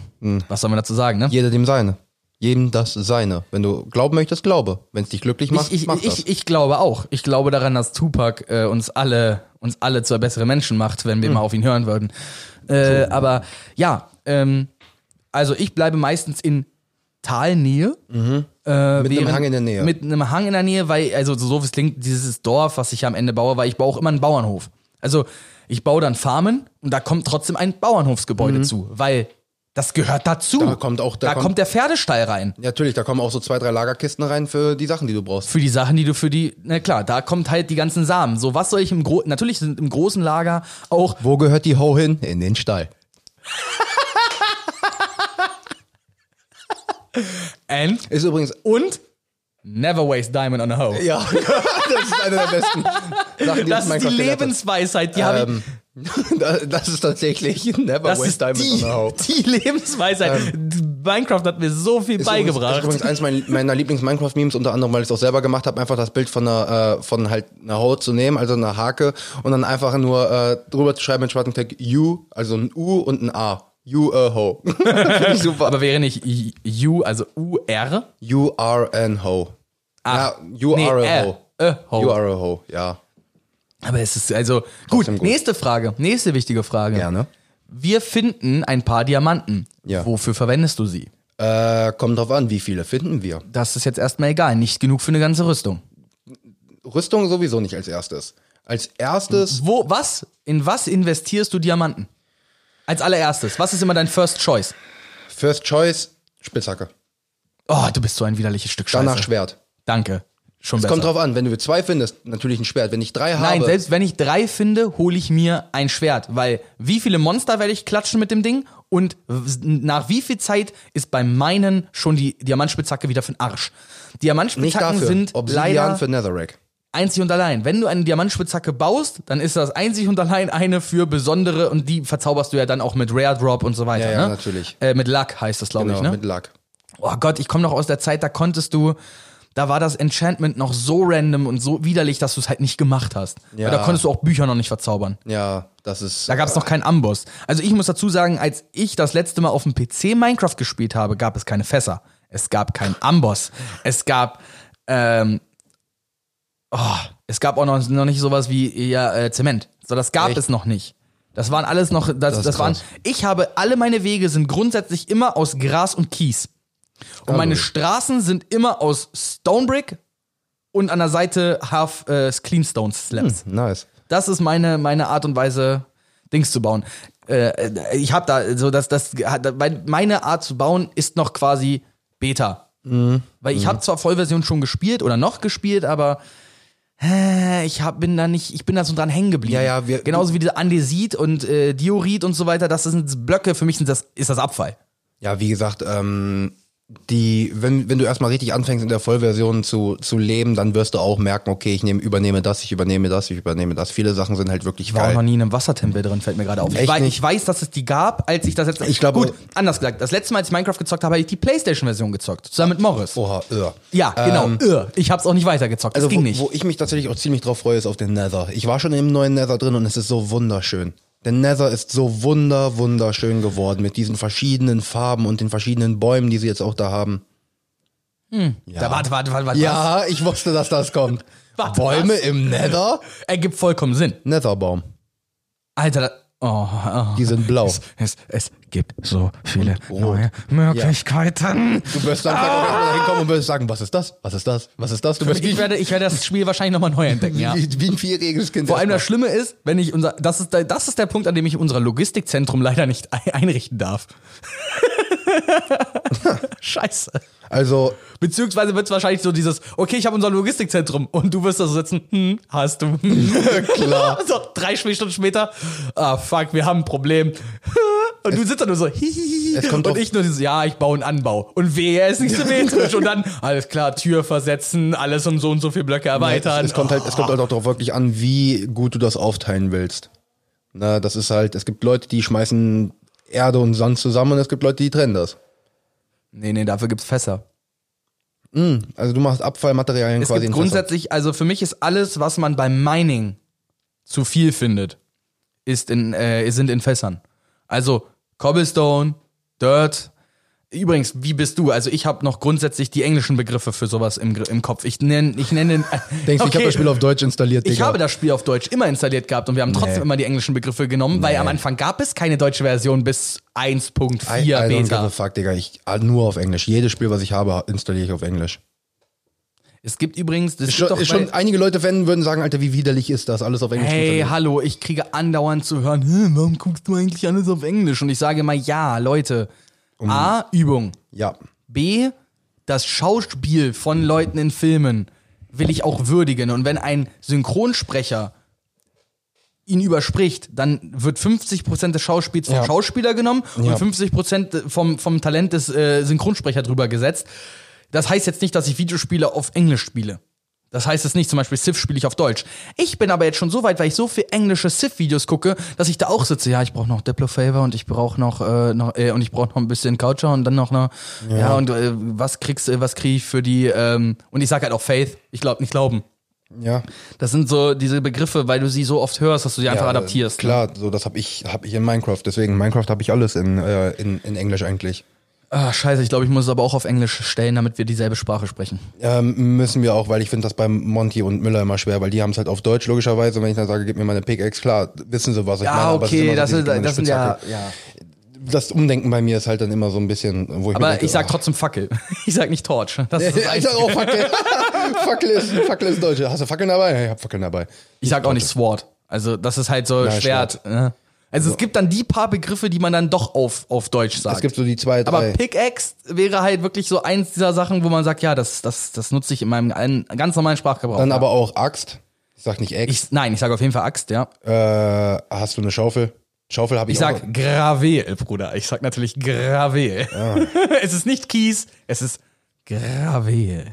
Was soll man dazu sagen, ne? Jeder dem seine. Jedem das seine. Wenn du glauben möchtest, glaube. Wenn es dich glücklich macht, ich, mach ich, das. ich, ich glaube auch. Ich glaube daran, dass Tupac äh, uns alle uns alle zu besseren Menschen macht, wenn Hm. wir mal auf ihn hören würden. Äh, aber ja, ähm, also ich bleibe meistens in Talnähe. Äh, Mhm. Mit einem Hang in der Nähe. Mit einem Hang in der Nähe, weil, also so doof es klingt, dieses Dorf, was ich am Ende baue, weil ich baue auch immer einen Bauernhof. Also ich baue dann Farmen und da kommt trotzdem ein Bauernhofsgebäude zu, weil das gehört dazu. Mhm. Da kommt auch- da da kommt- kommt der Pferdestall rein. Natürlich, da kommen auch so zwei, drei Lagerkisten rein für die Sachen, die du brauchst. für die Sachen, die du für die, na klar, da kommt halt die ganzen Samen. So, was soll ich im Gro natürlich sind im großen Lager auch, Wo gehört die Ho hin? In den Stall. and, Ist übrigens. und, never waste diamond on a hoe. Ja, das ist eine der besten Sachen, die das uns ist die Minecraft gelehrt hat. Lebensweisheit, die habe ich, Ähm, da- das ist tatsächlich never das waste ist time die, die Lebensweisheit. Minecraft hat mir so viel Ähm. Ist beigebracht. übrigens eins mein- meiner Lieblings-Minecraft-Memes, unter anderem, weil ich es auch selber gemacht habe, einfach das Bild von einer, äh, von halt einer Haut zu nehmen, also einer Hake, und dann einfach nur äh, drüber zu schreiben mit schwarzem Tag You, also ein U und ein A. You a ho. Finde ich super. Aber wäre nicht I- U, also UR? you are an ho. ja, you Ah. nee, are a äh, ho. äh, hoe. You are a ho, ja. Aber es ist also, gut, Trotzdem gut. nächste Frage, nächste wichtige Frage. Gerne. Wir finden ein paar Diamanten. Ja. Wofür verwendest du sie? Äh, kommt drauf an, wie viele finden wir? Das ist jetzt erstmal egal. Nicht genug für eine ganze Rüstung. Rüstung sowieso nicht als erstes. Als erstes Wo, was, in was investierst du Diamanten? Als allererstes, was ist immer dein First Choice? First Choice Spitzhacke. Oh, du bist so ein widerliches Stück Scheiße. Danach Schwert. Danke. Schon besser. Kommt drauf an, wenn du zwei findest, natürlich ein Schwert. Wenn ich drei habe. Nein, selbst wenn ich drei finde, hole ich mir ein Schwert, weil wie viele Monster werde ich klatschen mit dem Ding und w- nach wie viel Zeit ist bei meinen schon die Diamantspitzhacke wieder für den Arsch. nicht Diamantspitzhacken dafür. sind Obsidian leider für Netherrack. einzig und allein. Wenn du eine Diamantspitzhacke baust, dann ist das einzig und allein eine für besondere und die verzauberst du ja dann auch mit Rare Drop und so weiter. Ja, ja, ne? natürlich. Äh, mit Luck heißt das, glaube Genau, ich, ne? mit Lack. Oh Gott, ich komme noch aus der Zeit, da konntest du, da war das Enchantment noch so random und so widerlich, dass du es halt nicht gemacht hast. Ja. Weil da konntest du auch Bücher noch nicht verzaubern. Ja, das ist. Da gab es noch keinen Amboss. Also ich muss dazu sagen, als ich das letzte Mal auf dem PC Minecraft gespielt habe, gab es keine Fässer. Es gab keinen Amboss. Es gab, ähm, oh, es gab auch noch, noch nicht sowas wie ja, äh, Zement. So, das gab es noch nicht. Das waren alles noch, das, das, ist waren, krass. ich habe, alle meine Wege sind grundsätzlich immer aus Gras und Kies. Und meine Straßen sind immer aus Stonebrick und an der Seite half äh, Cleanstone Slabs. Hm. nice. Das ist meine, meine Art und Weise, Dings zu bauen. Äh, ich habe da so, dass das, weil meine Art zu bauen ist noch quasi Beta. Mhm. Weil ich habe zwar Vollversion schon gespielt oder noch gespielt, aber äh, ich hab, bin da nicht, ich bin da so dran hängen geblieben. Ja, ja, wir- Genauso wie diese Andesit und äh, Diorit und so weiter, das sind Blöcke, für mich sind das, ist das Abfall. Ja, wie gesagt, ähm, die, wenn, wenn du erstmal richtig anfängst in der Vollversion zu, zu leben, dann wirst du auch merken, okay, ich nehme, übernehme das, ich übernehme das, ich übernehme das. Viele Sachen sind halt wirklich war auch noch geil. nie in einem Wassertempel drin, fällt mir gerade auf. Ich Echt weiß, nicht? ich weiß, dass es die gab, als ich das letzte Ich glaube- Gut, anders gesagt, das letzte Mal, als ich Minecraft gezockt habe, habe ich die Playstation-Version gezockt. Zusammen mit Morris. Oha, irr. Ja, genau. Irr. Ich hab's auch nicht weitergezockt. Das Ähm, Also, ging wo, nicht. wo ich mich tatsächlich auch ziemlich drauf freue, ist auf den Nether. Ich war schon im neuen Nether drin und es ist so wunderschön. Der Nether ist so wunder, wunderschön geworden mit diesen verschiedenen Farben und den verschiedenen Bäumen, die sie jetzt auch da haben. Ja. Da, warte, warte, warte, warte. was? ja, ich wusste, dass das kommt. Warte, Bäume was? im Nether? Ergibt vollkommen Sinn. Netherbaum. Alter, da, oh, oh. Die sind blau. Es, es gibt so viele neue Möglichkeiten. Du wirst dann auch erstmal hinkommen und wirst sagen, was ist das? Was ist das? Was ist das? Du wirst Ah! Ich wie, werde, ich werde das Spiel wahrscheinlich nochmal neu entdecken, ja. wie, wie ein vierjähriges Kind. Vor allem das erstmal. Schlimme ist, wenn ich unser, das ist, der- das ist der Punkt, an dem ich unser Logistikzentrum leider nicht ei- einrichten darf. Scheiße. also, Beziehungsweise wird es wahrscheinlich so dieses, okay, ich habe unser Logistikzentrum und du wirst da so sitzen, hm, hast du. Hm. klar. so, drei Spielstunden später, ah fuck, wir haben ein Problem. Und du sitzt da nur so, hihihi. Es kommt und drauf- ich nur so, ja, ich baue einen Anbau. Und wehe, er ist nicht symmetrisch. und dann, alles klar, Tür versetzen, alles um so und so viele Blöcke erweitern. Es, es kommt halt, es kommt halt auch darauf wirklich an, wie gut du das aufteilen willst. Na, das ist halt, es gibt Leute, die schmeißen Erde und Sand zusammen und es gibt Leute, die trennen das. nee, nee, dafür gibt's Fässer. Also du machst Abfallmaterialien Es quasi gibt in Fässer. grundsätzlich, also für mich ist alles, was man beim Mining zu viel findet, ist in, äh, sind in Fässern. Also Cobblestone, Dirt. Übrigens, wie bist du? Also ich habe noch grundsätzlich die englischen Begriffe für sowas im, Gr- im Kopf. Ich nenne, ich nenne. Denkst du, ich habe das Spiel auf Deutsch installiert, Digga. Ich habe das Spiel auf Deutsch immer installiert gehabt und wir haben trotzdem Nee. immer die englischen Begriffe genommen, weil am Anfang gab es keine deutsche Version bis 1.4 I, I don't give Beta. a fuck, Digga. Ich ah, nur auf Englisch. Jedes Spiel, was ich habe, installiere ich auf Englisch. Es gibt übrigens, das Schon, gibt doch schon bei- einige Leute wenn, würden sagen, Alter, wie widerlich ist das, alles auf Englisch zu Hey, installieren. hallo, ich kriege andauernd zu hören, "Hä, warum guckst du eigentlich alles auf Englisch? Und ich sage immer, ja, Leute, Um A, Übung. Ja. B, das Schauspiel von Leuten in Filmen will ich auch würdigen. Und wenn ein Synchronsprecher ihn überspricht, dann wird 50% des Schauspiels vom Ja. Schauspieler genommen Ja. und 50% vom, vom Talent des äh, Synchronsprechers drüber gesetzt. Das heißt jetzt nicht, dass ich Videospiele auf Englisch spiele. Das heißt jetzt nicht, zum Beispiel Civ spiele ich auf Deutsch. Ich bin aber jetzt schon so weit, weil ich so viel englische Civ-Videos gucke, dass ich da auch sitze. Ja, ich brauche noch Diplo Favor und ich brauche noch, äh, noch äh, und ich brauche noch ein bisschen Coucher und dann noch ne. Ja, und äh, was kriegst, äh, was kriege ich für die? Ähm, und ich sage halt auch Faith. Ich glaube nicht glauben. Ja. Das sind so diese Begriffe, weil du sie so oft hörst, dass du sie einfach Ja, äh, adaptierst. ne? Klar, so das habe ich, hab ich in Minecraft. Deswegen, Minecraft habe ich alles in, äh, in, in Englisch eigentlich. Ah, scheiße, ich glaube, ich muss es aber auch auf Englisch stellen, damit wir dieselbe Sprache sprechen. Ähm, müssen wir auch, weil ich finde das bei Monty und Müller immer schwer, weil die haben es halt auf Deutsch logischerweise. Und wenn ich dann sage, gib mir meine Pickaxe, klar, wissen sie, was ich meine. Ja, aber es ist okay, immer so das, diese ist, kleine das sind ja, Spitzhacke. ja. Das Umdenken bei mir ist halt dann immer so ein bisschen, wo ich mir Aber denke, ich sag ach, trotzdem Fackel. Ich sag nicht Torch. Das ist das ich sag Einzige. auch Fackel. Fackel, ist, Fackel ist Deutsch. Hast du Fackeln dabei? Ja, ich hab Fackeln dabei. Ich sag auch nicht Sword. Also, das ist halt so Ja, Schwert. Ne? Also, es gibt dann die paar Begriffe, die man dann doch auf, auf Deutsch sagt. Es gibt so die zwei, drei. aber Pickaxe wäre halt wirklich so eins dieser Sachen, wo man sagt, ja, das, das, das nutze ich in meinem allen- ganz normalen Sprachgebrauch. Dann aber auch Axt. Ich sag nicht Axt. ich, nein, ich sage auf jeden Fall Axt, ja. Äh, hast du eine Schaufel? Schaufel habe ich, Ich auch. sag Gravel, Bruder. Ich sag natürlich Gravel. es ist nicht Kies, es ist Gravel.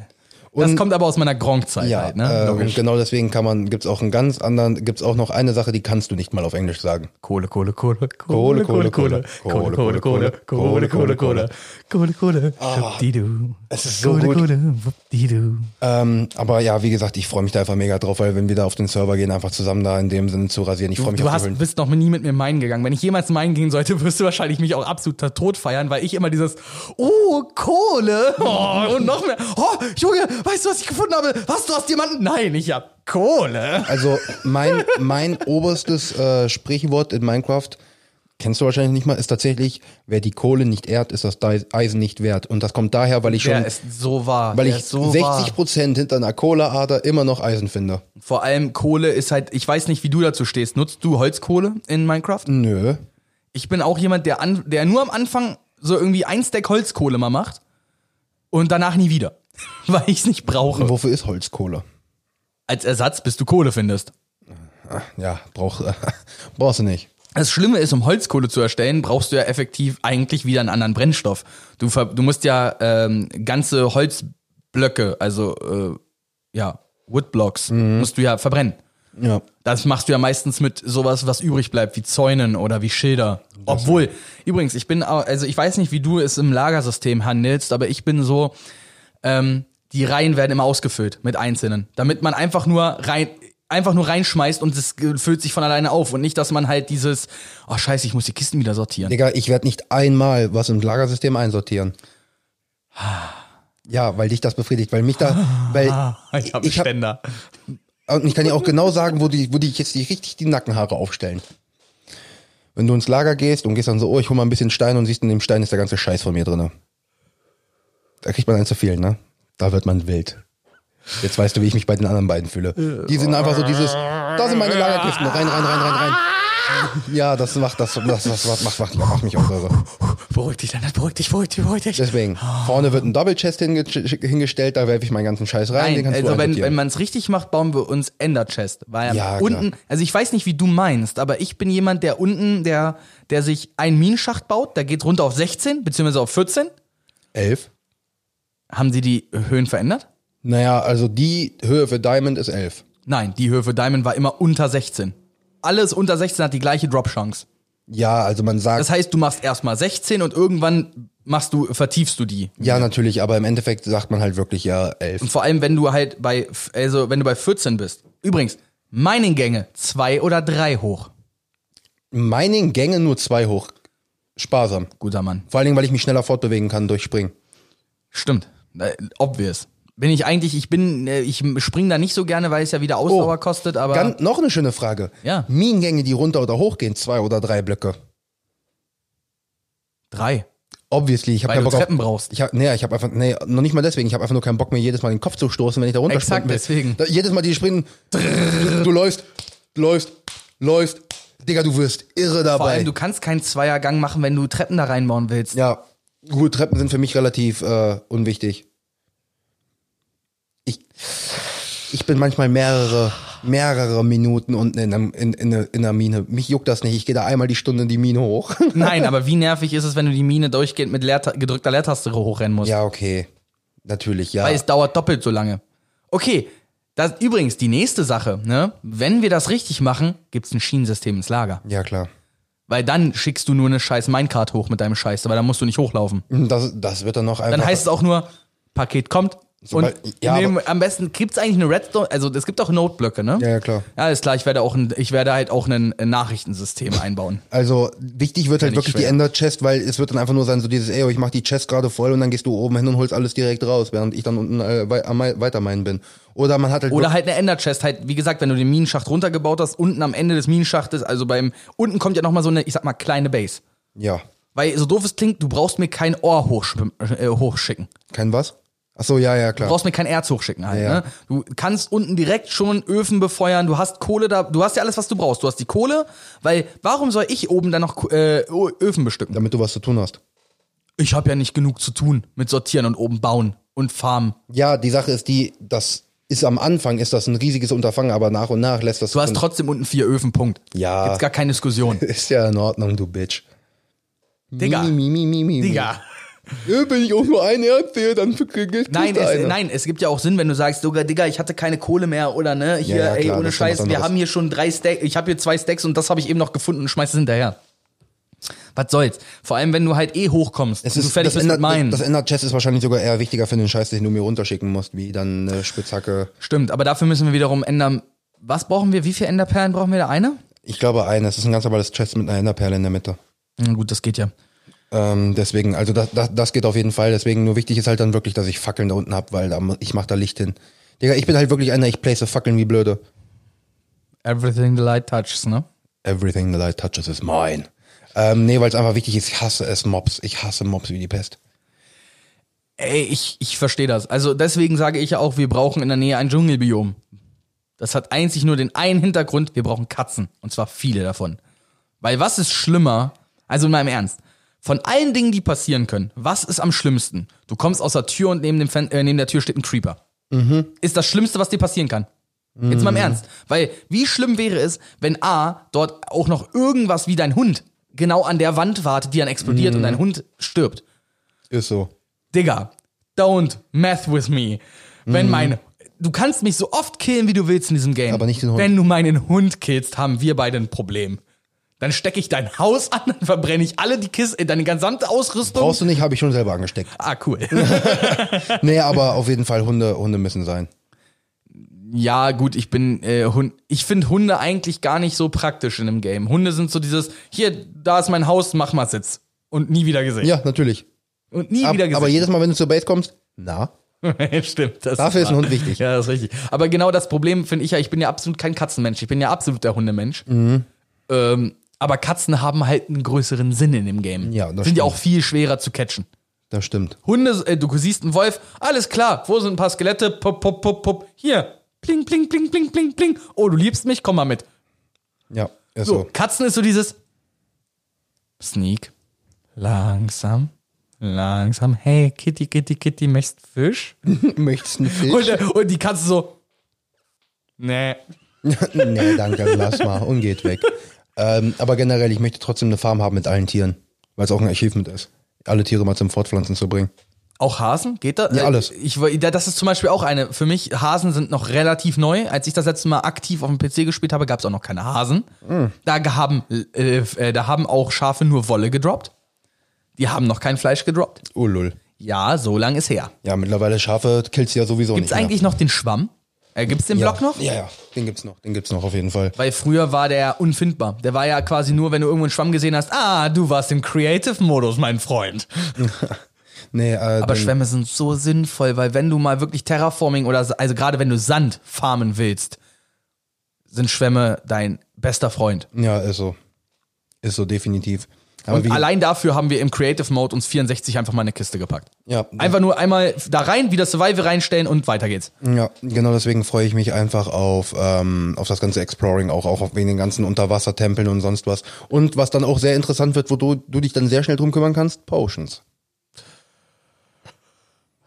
das Und- kommt aber aus meiner Gronk-Zeit Ja, halt, ne? äh, und Logisch. genau deswegen kann man, gibt's auch einen ganz anderen, gibt's auch noch eine Sache, die kannst du nicht mal auf Englisch sagen. Kohle, Kohle, Kohle, Kohle, Kohle, Kohle, Kohle, Kohle, Kohle, Kohle, Kohle, Kohle, Kohle, Kohle, Kohle, Wuppdidu. Ah, es ist so gut. Kohle, Wuppdidu. Ähm, aber ja, wie gesagt, ich freue mich da einfach mega drauf, weil wenn wir da auf den Server gehen, einfach zusammen da in dem Sinne zu rasieren. Ich freue mich Du auf die hast, Höhlen. bist noch nie mit mir meinen gegangen. Wenn ich jemals meinen gehen sollte, wirst du wahrscheinlich mich auch absolut tot feiern, weil ich immer dieses Oh, Kohle! Oh, und noch mehr. Oh, Junge, weißt du, was ich gefunden habe? Was, du hast jemanden? Nein, ich hab Kohle. Also mein, mein oberstes äh, Sprichwort in Minecraft, kennst du wahrscheinlich nicht mal, ist tatsächlich, wer die Kohle nicht ehrt, ist das Dei- Eisen nicht wert. Und das kommt daher, weil ich schon, Der ist so wahr. weil Der ich ist so 60 Prozent hinter einer Kohleader immer noch Eisen finde. Vor allem Kohle ist halt, ich weiß nicht, wie du dazu stehst. Nutzt du Holzkohle in Minecraft? Nö. Ich bin auch jemand, der, an, der nur am Anfang so irgendwie ein Stack Holzkohle mal macht und danach nie wieder. Weil ich es nicht brauche. Wofür ist Holzkohle? Als Ersatz, bis du Kohle findest. Ja, brauch, brauchst du nicht. Das Schlimme ist, um Holzkohle zu erstellen, brauchst du ja effektiv eigentlich wieder einen anderen Brennstoff. Du, ver du musst ja ähm, ganze Holzblöcke, also äh, ja, Woodblocks, musst du ja verbrennen. Ja. Das machst du ja meistens mit sowas, was übrig bleibt, wie Zäunen oder wie Schilder. Obwohl, übrigens, ich bin, au- also ich weiß nicht, wie du es im Lagersystem handelst, aber ich bin so, ähm, die Reihen werden immer ausgefüllt mit Einzelnen, damit man einfach nur rein einfach nur reinschmeißt und es äh, füllt sich von alleine auf und nicht, dass man halt dieses, oh scheiße, ich muss die Kisten wieder sortieren. Digga, ich werde nicht einmal was im Lagersystem einsortieren. Ah. Ja, weil dich das befriedigt, weil mich da, weil Ich hab einen ich hab- Ständer. Und ich kann dir auch genau sagen, wo die, wo die jetzt die, richtig die Nackenhaare aufstellen. Wenn du ins Lager gehst und gehst dann so, oh, ich hol mal ein bisschen Stein und siehst, in dem Stein ist der ganze Scheiß von mir drinne. Da kriegt man einen zu viel, ne? Da wird man wild. Jetzt weißt du, wie ich mich bei den anderen beiden fühle. Die sind einfach so dieses, da sind meine Lagerkisten, rein, rein, rein, rein, rein. Ja, das macht, das, das, das, das macht, macht, macht mich auch irre. Beruhig dich, Leonard, beruhig dich, beruhig dich, beruhig dich. Deswegen, vorne wird ein Doppelchest hinge hingestellt, da werfe ich meinen ganzen Scheiß rein, den Nein, kannst du also wenn, einsortieren. wenn man es richtig macht, bauen wir uns Ender-Chest. Weil Ja, unten, also ich weiß nicht, wie du meinst, aber ich bin jemand, der unten, der, der sich einen Minenschacht baut, der geht runter auf 16, beziehungsweise auf 14. Elf? Haben sie die Höhen verändert? Naja, also die Höhe für Diamond ist elf. Nein, die Höhe für Diamond war immer unter 16. Alles unter 16 hat die gleiche Drop-Chance. Ja, also man sagt, Das heißt, du machst erstmal 16 und irgendwann machst du, vertiefst du die. ja natürlich, aber im Endeffekt sagt man halt wirklich ja elf. Und vor allem, wenn du halt bei, f- also wenn du bei 14 bist. Übrigens, Mining-Gänge zwei oder drei hoch. Mining-Gänge nur zwei hoch. Sparsam. Guter Mann. Vor allen Dingen, weil ich mich schneller fortbewegen kann durch Springen. Stimmt. Äh, Obvious. Bin ich eigentlich, ich bin, äh, ich spring da nicht so gerne, weil es ja wieder Ausdauer Oh, kostet, aber Ganz, noch eine schöne Frage. Ja. Minengänge, die runter oder hoch gehen, zwei oder drei Blöcke. drei. Obviously, ich habe Weil keinen du Bock Treppen auf, brauchst. Ich hab, nee, ich habe einfach, nee, noch nicht mal deswegen. Ich habe einfach nur keinen Bock mir jedes Mal den Kopf zu stoßen, wenn ich da runterspringen Exakt, will. deswegen. Da, jedes Mal die springen. Du läufst, läufst, läufst. Digga, du wirst irre dabei. Vor allem, du kannst keinen Zweiergang machen, wenn du Treppen da reinbauen willst. ja, gut, Treppen sind für mich relativ äh, unwichtig. Ich, ich bin manchmal mehrere, mehrere Minuten unten in, einem- in, in, in der Mine. Mich juckt das nicht. Ich gehe da einmal die Stunde in die Mine hoch. Nein, aber wie nervig ist es, wenn du die Mine durchgehend mit Leerta gedrückter Leertaste hochrennen musst? ja, okay. Natürlich, ja. Weil es dauert doppelt so lange. Okay, das übrigens die nächste Sache, ne? Wenn wir das richtig machen, gibt's ein Schienensystem ins Lager. ja, klar. Weil dann schickst du nur eine scheiß Minecart hoch mit deinem Scheiß, aber dann musst du nicht hochlaufen. Das, das wird dann noch einfach. Dann heißt es auch nur, Paket kommt. Sobald- und ja, nehmen- am besten gibt's eigentlich eine Redstone, also es gibt auch Notblöcke, ne? Ja, ja, klar. Ja, ist klar, ich werde auch ein, ich werde halt auch ein äh, Nachrichtensystem einbauen. Also wichtig wird halt nicht wirklich die schwer. Ender-Chest, weil es wird dann einfach nur sein, so dieses, ey, oh, ich mach die Chest gerade voll und dann gehst du oben hin und holst alles direkt raus, während ich dann unten äh, wei- am Mai- weiter meinen bin. Oder man hat halt Oder halt eine Ender-Chest, halt, wie gesagt, wenn du den Minenschacht runtergebaut hast, unten am Ende des Minenschachtes, also beim, unten kommt ja nochmal so eine, ich sag mal, kleine Base. ja, Weil so doof es klingt, du brauchst mir kein Ohr hochschwim- äh, hochschicken. kein was? Ach so, ja, ja, Du klar. brauchst mir kein Erz hochschicken halt. Ja. Ne? Du kannst unten direkt schon Öfen befeuern, du hast Kohle da, du hast ja alles, was du brauchst. Du hast die Kohle, weil warum soll ich oben dann noch Ko- äh, Ö- Öfen bestücken? Damit du was zu tun hast. Ich habe ja nicht genug zu tun mit Sortieren und oben bauen und farmen. Ja, die Sache ist die, das ist am Anfang ist das ein riesiges Unterfangen, aber nach und nach lässt das Du hast trotzdem unten vier Öfen, Punkt. Ja. Gibt's gar keine Diskussion. ist ja in Ordnung, du Bitch. Digga. Mi, mi, mi, mi, mi. Digga. Ja, Wenn ich auch nur einen Erz sehe, dann kriegst Nein es, eine. nein, es gibt ja auch Sinn, wenn du sagst, sogar, Digga, ich hatte keine Kohle mehr oder ne, hier, ja, ey, klar, ohne das ist dann was Scheiß, wir anderes. haben hier schon drei Stacks, ich habe hier zwei Stacks und das habe ich eben noch gefunden und schmeiß es hinterher. Was soll's? Vor allem, wenn du halt eh hochkommst Es und ist, du fertig das bist mit ändert, meinen. Das ändert Chess ist wahrscheinlich sogar eher wichtiger für den Scheiß, den du mir runterschicken musst, wie dann eine Spitzhacke. Stimmt, aber dafür müssen wir wiederum ändern. Was brauchen wir? Wie viele Enderperlen brauchen wir da? Eine? Ich glaube, eine. Es ist ein ganz normales Chess mit einer Enderperle in der Mitte. Na gut, das geht ja. Ähm, deswegen, also das, das, das geht auf jeden Fall. Deswegen nur wichtig ist halt dann wirklich, dass ich Fackeln da unten hab, weil da, mu- ich mach da Licht hin. Digga, ich bin halt wirklich einer, ich place Fackeln wie blöde. Everything the light touches, ne? Everything the light touches is mine. Ähm, nee, weil es einfach wichtig ist, ich hasse es Mobs. Ich hasse Mobs wie die Pest. Ey, ich, ich verstehe das. Also deswegen sage ich ja auch, wir brauchen in der Nähe ein Dschungelbiom. Das hat einzig nur den einen Hintergrund, wir brauchen Katzen. Und zwar viele davon. Weil was ist schlimmer, also in meinem Ernst, von allen Dingen, die passieren können, was ist am schlimmsten? Du kommst aus der Tür und neben, dem Fen äh, neben der Tür steht ein Creeper. Ist das Schlimmste, was dir passieren kann. Jetzt mal im Ernst. Weil wie schlimm wäre es, wenn A, dort auch noch irgendwas wie dein Hund genau an der Wand wartet, die dann explodiert und dein Hund stirbt. Ist so. Digga, don't mess with me. Wenn mein. Du kannst mich so oft killen, wie du willst in diesem Game. Mhm. Aber nicht den Hund. Wenn du meinen Hund killst, haben wir beide ein Problem. Dann stecke ich dein Haus an, dann verbrenne ich alle die Kisten, deine gesamte Ausrüstung. Brauchst du nicht, habe ich schon selber angesteckt. ah, cool. nee, aber auf jeden Fall Hunde, Hunde müssen sein. ja, gut, ich bin äh, Hund. Ich finde Hunde eigentlich gar nicht so praktisch in einem Game. Hunde sind so dieses, hier, da ist mein Haus, mach mal Sitz. Und nie wieder gesehen. Ja, natürlich. Und nie Ab, wieder gesehen. aber jedes Mal, wenn du zur Base kommst, na, Stimmt. Das Dafür ist ein wahr. Hund wichtig. Ja, das ist richtig. Aber genau das Problem finde ich ja, ich bin ja absolut kein Katzenmensch. Ich bin ja absolut der Hundemensch. Mhm. Ähm, aber Katzen haben halt einen größeren Sinn in dem Game. Ja, das Sind stimmt. ja auch viel schwerer zu catchen. das stimmt. Hunde, äh, du siehst einen Wolf, alles klar, wo sind ein paar Skelette? Pop, pop, pop, pop. Hier. Pling, pling, pling, pling, pling, pling. Oh, du liebst mich, komm mal mit. Ja. Ist So, so. Katzen ist so dieses Sneak. Langsam. Langsam. Hey, Kitty, Kitty, Kitty, möchtest Fisch? Möchtest du einen Und, Fisch? äh, und die Katze so. Nee. nee, danke, lass mal und geht weg. Ähm, aber generell, ich möchte trotzdem eine Farm haben mit allen Tieren, weil es auch ein Achievement ist, alle Tiere mal zum Fortpflanzen zu bringen. Auch Hasen? Geht da? Ja, Äh, alles. Ich, war- da- das ist zum Beispiel auch eine. Für mich, Hasen sind noch relativ neu. Als ich das letzte Mal aktiv auf dem PC gespielt habe, gab es auch noch keine Hasen. Hm. Da, ge- haben, äh, äh, da haben auch Schafe nur Wolle gedroppt. Die haben noch kein Fleisch gedroppt. Ulul. Ja, so lang ist her. Ja, mittlerweile Schafe killst du ja sowieso Gibt's nicht mehr. eigentlich noch den Schwamm? Äh, gibt's den ja. Block noch? Ja, ja, den gibt's noch, den gibt's noch auf jeden Fall. Weil früher war der unfindbar. Der war ja quasi nur, wenn du irgendwo einen Schwamm gesehen hast, ah, du warst im Creative-Modus, mein Freund. Nee, äh, Aber den- Schwämme sind so sinnvoll, weil wenn du mal wirklich Terraforming oder, s- also gerade wenn du Sand farmen willst, sind Schwämme dein bester Freund. ja, ist so. Ist so definitiv. Aber Und allein dafür haben wir im Creative Mode uns 64 einfach mal eine Kiste gepackt. ja, Einfach nur einmal da rein, wieder Survival reinstellen und weiter geht's. Ja, genau deswegen freue ich mich einfach auf, ähm, auf das ganze Exploring, auch, auch auf wegen den ganzen Unterwassertempeln und sonst was. Und was dann auch sehr interessant wird, wo du, du dich dann sehr schnell drum kümmern kannst, Potions.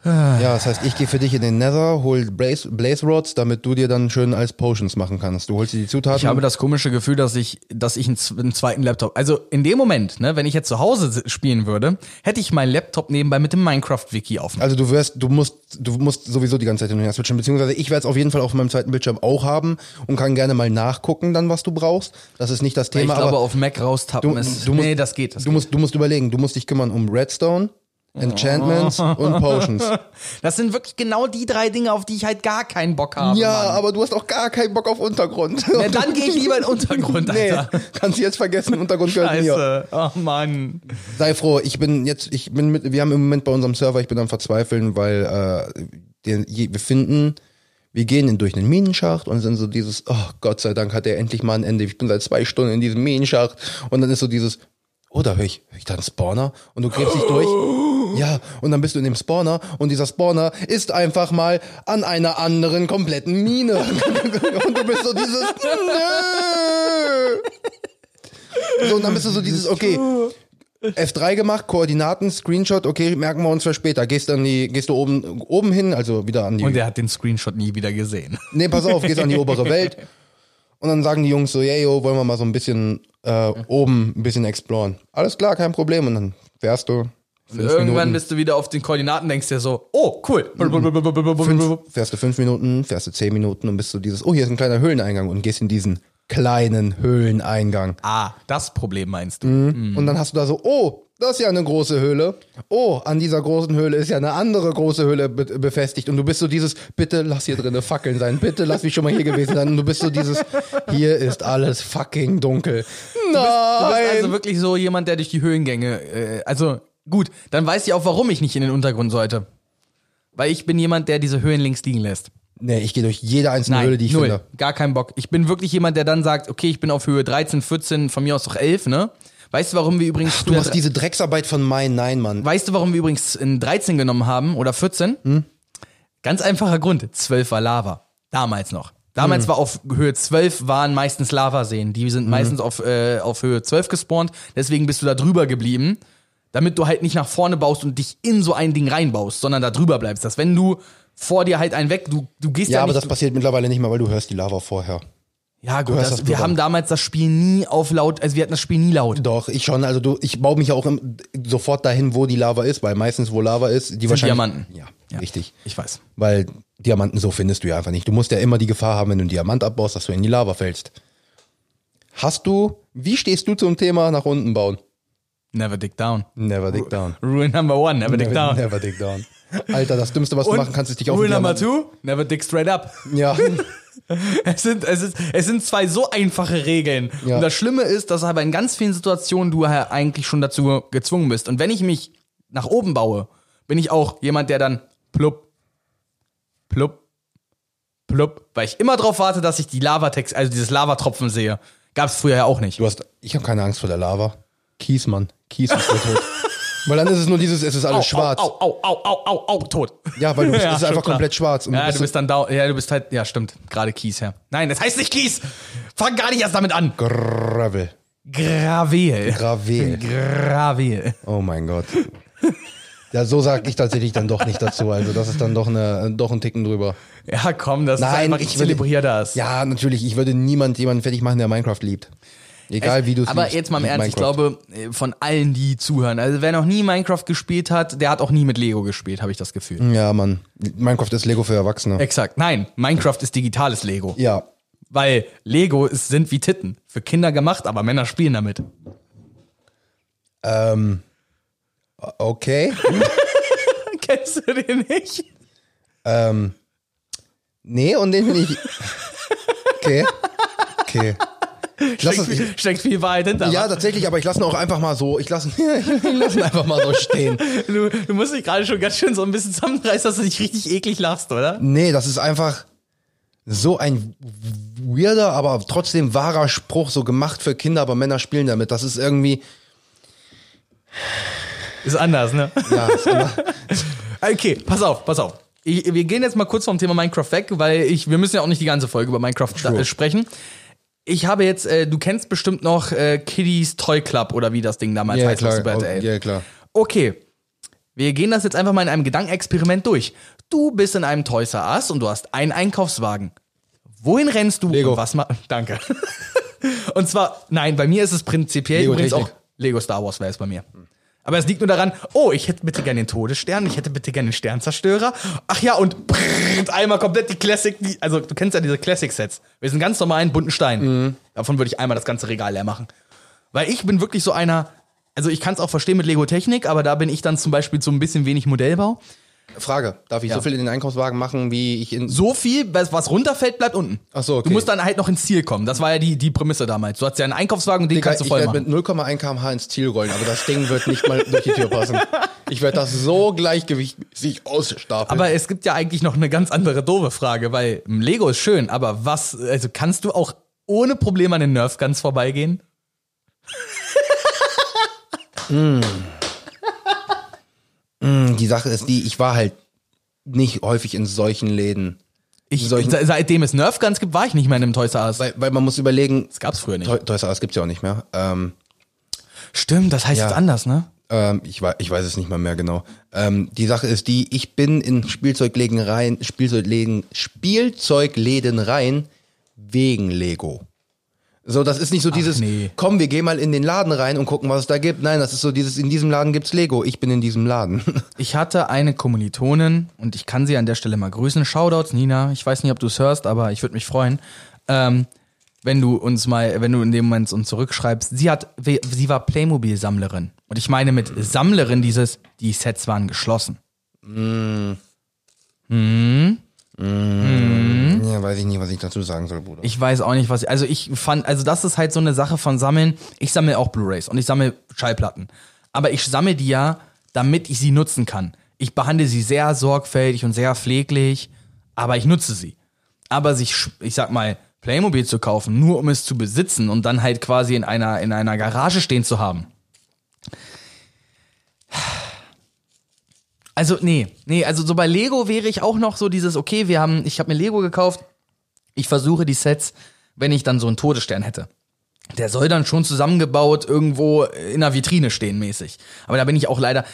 Ah. Ja, das heißt, ich gehe für dich in den Nether, hol Blaze, Blaze Rods, damit du dir dann schön als Potions machen kannst. Du holst dir die Zutaten. Ich habe das komische Gefühl, dass ich, dass ich einen, z- einen zweiten Laptop. Also in dem Moment, ne, wenn ich jetzt zu Hause s- spielen würde, hätte ich meinen Laptop nebenbei mit dem Minecraft-Wiki offen. also du wirst, du musst, du musst sowieso die ganze Zeit hin und her switchen, beziehungsweise ich werde es auf jeden Fall auf meinem zweiten Bildschirm auch haben und kann gerne mal nachgucken dann, was du brauchst. Das ist nicht das Thema, ich aber glaube, auf Mac raustappen Du- ist. du musst- Um nee, das geht. Das, du, musst, du musst überlegen, du musst dich kümmern um Redstone, Enchantments Oh. und Potions. geht. das sind wirklich genau die drei Dinge, auf die ich halt gar keinen Bock habe. ja, Mann. aber du hast auch gar keinen Bock auf Untergrund. Ja, dann gehe ich lieber in den Untergrund, Nee, Alter. kannst du jetzt vergessen, Untergrund gehört mir. Scheiße. Oh Mann. Sei froh, ich bin jetzt, ich bin mit, wir haben im Moment bei unserem Server, ich bin am Verzweifeln, weil äh, den, je- wir finden, wir gehen in, durch den Minenschacht und sind so dieses, oh Gott sei Dank hat er endlich mal ein Ende. Ich bin seit zwei Stunden in diesem Minenschacht und dann ist so dieses, oh, da höre ich, hör ich da einen Spawner und du gräbst dich durch. Ja, und dann bist du in dem Spawner und dieser Spawner ist einfach mal an einer anderen kompletten Mine. und du bist so dieses, nö. So, und dann bist du so dieses, okay, F3 gemacht, Koordinaten, Screenshot, okay, merken wir uns für später. Gehst dann die, gehst du oben, oben hin, also wieder an die. Und er hat den Screenshot nie wieder gesehen. Nee, pass auf, gehst an die obere Welt. Und dann sagen die Jungs so, yeah, yo, wollen wir mal so ein bisschen äh, oben ein bisschen exploren. Alles klar, kein Problem. Und dann fährst du. fünf Irgendwann Minuten, bist du wieder auf den Koordinaten, denkst dir so, oh, cool. fünf, fährst du fünf Minuten, fährst du zehn Minuten und bist du dieses, oh, hier ist ein kleiner Höhleneingang und gehst in diesen kleinen Höhleneingang. Ah, das Problem meinst du. Und dann hast du da so, oh, das ist ja eine große Höhle. Oh, an dieser großen Höhle ist ja eine andere große Höhle be befestigt. Und du bist so dieses, bitte lass hier drinne Fackeln sein. Bitte lass mich schon mal hier gewesen sein. Und du bist so dieses, hier ist alles fucking dunkel. Du bist Nein. also wirklich so jemand, der durch die Höhlengänge. Äh, also gut, dann weiß ich auch, warum ich nicht in den Untergrund sollte. Weil ich bin jemand, der diese Höhlen links liegen lässt. nee, ich gehe durch jede einzelne Höhle, die ich null, finde. gar keinen Bock. Ich bin wirklich jemand, der dann sagt, okay, ich bin auf Höhe 13, 14, von mir aus doch 11, ne? Weißt du, warum wir übrigens Du früher- hast diese Drecksarbeit von Mai, nein, Mann. Weißt du, warum wir übrigens in 13 genommen haben oder 14? Hm? Ganz einfacher Grund. 12 war Lava. Damals noch. Damals Hm. war auf Höhe 12 waren meistens Lavaseen. Die sind meistens auf, äh, auf Höhe 12 gespawnt. Deswegen bist du da drüber geblieben. Damit du halt nicht nach vorne baust und dich in so ein Ding reinbaust, sondern da drüber bleibst. Dass wenn du vor dir halt einen weg, du, du gehst ja, Ja, aber nicht. das passiert mittlerweile nicht mehr, weil du hörst die Lava vorher. ja, gut, hörst das, das wir Blubbern. haben damals das Spiel nie auf laut, also wir hatten das Spiel nie laut. Doch, ich schon. Also du, ich baue mich ja auch im, sofort dahin, wo die Lava ist, weil meistens, wo Lava ist, die wahrscheinlich. Diamanten. Ja, ja, richtig. Ich weiß. Weil Diamanten so findest du ja einfach nicht. Du musst ja immer die Gefahr haben, wenn du einen Diamant abbaust, dass du in die Lava fällst. Hast du, wie stehst du zum Thema nach unten bauen? Never dig down. Never dig down. Rule number one, never dig down. Never dig down. Alter, das Dümmste, was du machen kannst, ist dich auf Rule den number Diamanten- two, never dig straight up. Ja, Es sind, es, ist, es sind zwei so einfache Regeln. Ja. Und das Schlimme ist, dass aber in ganz vielen Situationen du ja eigentlich schon dazu gezwungen bist. Und wenn ich mich nach oben baue, bin ich auch jemand, der dann plupp, plupp, plupp, weil ich immer darauf warte, dass ich die Lavatext, also dieses Lavatropfen sehe. Gab es früher ja auch nicht. du hast, ich habe keine Angst vor der Lava. Kies, Mann. Kies ist der Tod. Weil dann ist es nur dieses, es ist alles schwarz. Au, au, au, au, au, au, tot. Ja, weil du bist, Ja, es ist schon einfach klar. komplett schwarz. Und Ja, du bist dann down. Ja, du bist halt. Ja, stimmt. Gerade Kies, ja. Nein, das heißt nicht Kies. Fang gar nicht erst damit an. Gravel. Gravel. Gravel. Gravel. Oh mein Gott. Ja, so sag ich tatsächlich dann doch nicht dazu. Also das ist dann doch, eine, doch ein Ticken drüber. Ja, komm, das ist Nein, einfach, ich ich will- zelebriere das. Ja, natürlich. Ich würde niemand jemanden fertig machen, der Minecraft liebt. Egal wie du es Aber liebst, jetzt mal im liebt Ernst, ich Minecraft. glaube, äh, von allen, die zuhören, also wer noch nie Minecraft gespielt hat, der hat auch nie mit Lego gespielt, habe ich das Gefühl. Ja, Mann. Minecraft ist Lego für Erwachsene. Exakt. Nein, Minecraft ist digitales Lego. ja. Weil Lego ist, sind wie Titten. Für Kinder gemacht, aber Männer spielen damit. Ähm. Okay. Kennst du den nicht? ähm. Nee, und den finde ich. Okay. Okay. Lass uns, ich, Steckt, steckt viel Wahrheit hinter. ja, wa? tatsächlich, aber ich lasse ihn auch einfach mal so. Ich lasse ihn, ich lass ihn einfach mal so stehen. du, du musst dich gerade schon ganz schön so ein bisschen zusammenreißen, dass du dich richtig eklig lachst, oder? Nee, das ist einfach so ein weirder, aber trotzdem wahrer Spruch, so gemacht für Kinder, aber Männer spielen damit. Das ist irgendwie. Ist anders, ne? Ja, ist immer- Okay, pass auf, pass auf. Ich, wir gehen jetzt mal kurz vom Thema Minecraft weg, weil ich, wir müssen ja auch nicht die ganze Folge über Minecraft da, äh, sprechen. Ich habe jetzt, äh, du kennst bestimmt noch äh, Kiddies Toy Club oder wie das Ding damals ja, heißt. klar, auf Super oh, RTL. ja, klar. Okay, wir gehen das jetzt einfach mal in einem Gedankenexperiment durch. Du bist in einem Toys R Us und du hast einen Einkaufswagen. Wohin rennst du? Lego. Und was ma Danke. und zwar, nein, bei mir ist es prinzipiell Lego übrigens auch Technik. Lego Star Wars wäre es bei mir. Aber es liegt nur daran, oh, ich hätte bitte gerne den Todesstern, ich hätte bitte gerne den Sternzerstörer. Ach ja, und prrrt, einmal komplett die Classic, die, also du kennst ja diese Classic-Sets. Wir sind ganz normalen bunten Stein. Mhm. Davon würde ich einmal das ganze Regal leer machen. Weil ich bin wirklich so einer, also ich kann es auch verstehen mit Lego Technik, aber da bin ich dann zum Beispiel so ein bisschen wenig Modellbau. Frage: Darf ich so viel in den Einkaufswagen machen, wie ich in. So viel, was, was runterfällt, bleibt unten. Ach so, okay. Du musst dann halt noch ins Ziel kommen. Das war ja die, die Prämisse damals. Du hast ja einen Einkaufswagen und den kannst du ich voll werde machen. mit 0,1 km/h ins Ziel rollen, aber das Ding wird nicht mal durch die Tür passen. Ich werde das so gleichgewichtmäßig ausstapeln. Aber es gibt ja eigentlich noch eine ganz andere doofe Frage, weil m, Lego ist schön, aber was, also kannst du auch ohne Probleme an den Nerf Guns vorbeigehen? die Sache ist die, ich war halt nicht häufig in solchen Läden. Ich, Solchen- se- seitdem es Nerf Guns gibt, war ich nicht mehr in einem Toys R Us. Weil, weil man muss überlegen, Das gab's früher nicht. Toy- Toys R Us gibt's ja auch nicht mehr. Ähm, Stimmt, das heißt Ja. jetzt anders, ne? Ähm, ich, weiß, ich weiß es nicht mal mehr genau. Ähm, die Sache ist die, ich bin in Spielzeugläden rein, Spielzeugläden, Spielzeugläden rein wegen Lego. So, das ist nicht so dieses, nee. komm, wir gehen mal in den Laden rein und gucken, was es da gibt. Nein, das ist so dieses, in diesem Laden gibt's Lego, ich bin in diesem Laden. Ich hatte eine Kommilitonin und ich kann sie an der Stelle mal grüßen. Shoutouts, Nina. Ich weiß nicht, ob du es hörst, aber ich würde mich freuen, ähm, wenn du uns mal, wenn du in dem Moment uns zurückschreibst. Sie hat, we- sie war Playmobil-Sammlerin. Und ich meine mit Sammlerin dieses, die Sets waren geschlossen. Hm? ja, weiß ich nicht, was ich dazu sagen soll, Bruder. Ich weiß auch nicht, was. Also ich fand, also das ist halt so eine Sache von Sammeln. Ich sammle auch Blu-rays und ich sammle Schallplatten. Aber ich sammle die ja, damit ich sie nutzen kann. Ich behandle sie sehr sorgfältig und sehr pfleglich, aber ich nutze sie. Aber sich, sch- ich sag mal, Playmobil zu kaufen, nur um es zu besitzen und dann halt quasi in einer, in einer Garage stehen zu haben. Also, nee, nee, also so bei Lego wäre ich auch noch so dieses, okay, wir haben, ich habe mir Lego gekauft, ich versuche die Sets, wenn ich dann so einen Todesstern hätte. Der soll dann schon zusammengebaut irgendwo in einer Vitrine stehen mäßig. Aber da bin ich auch leider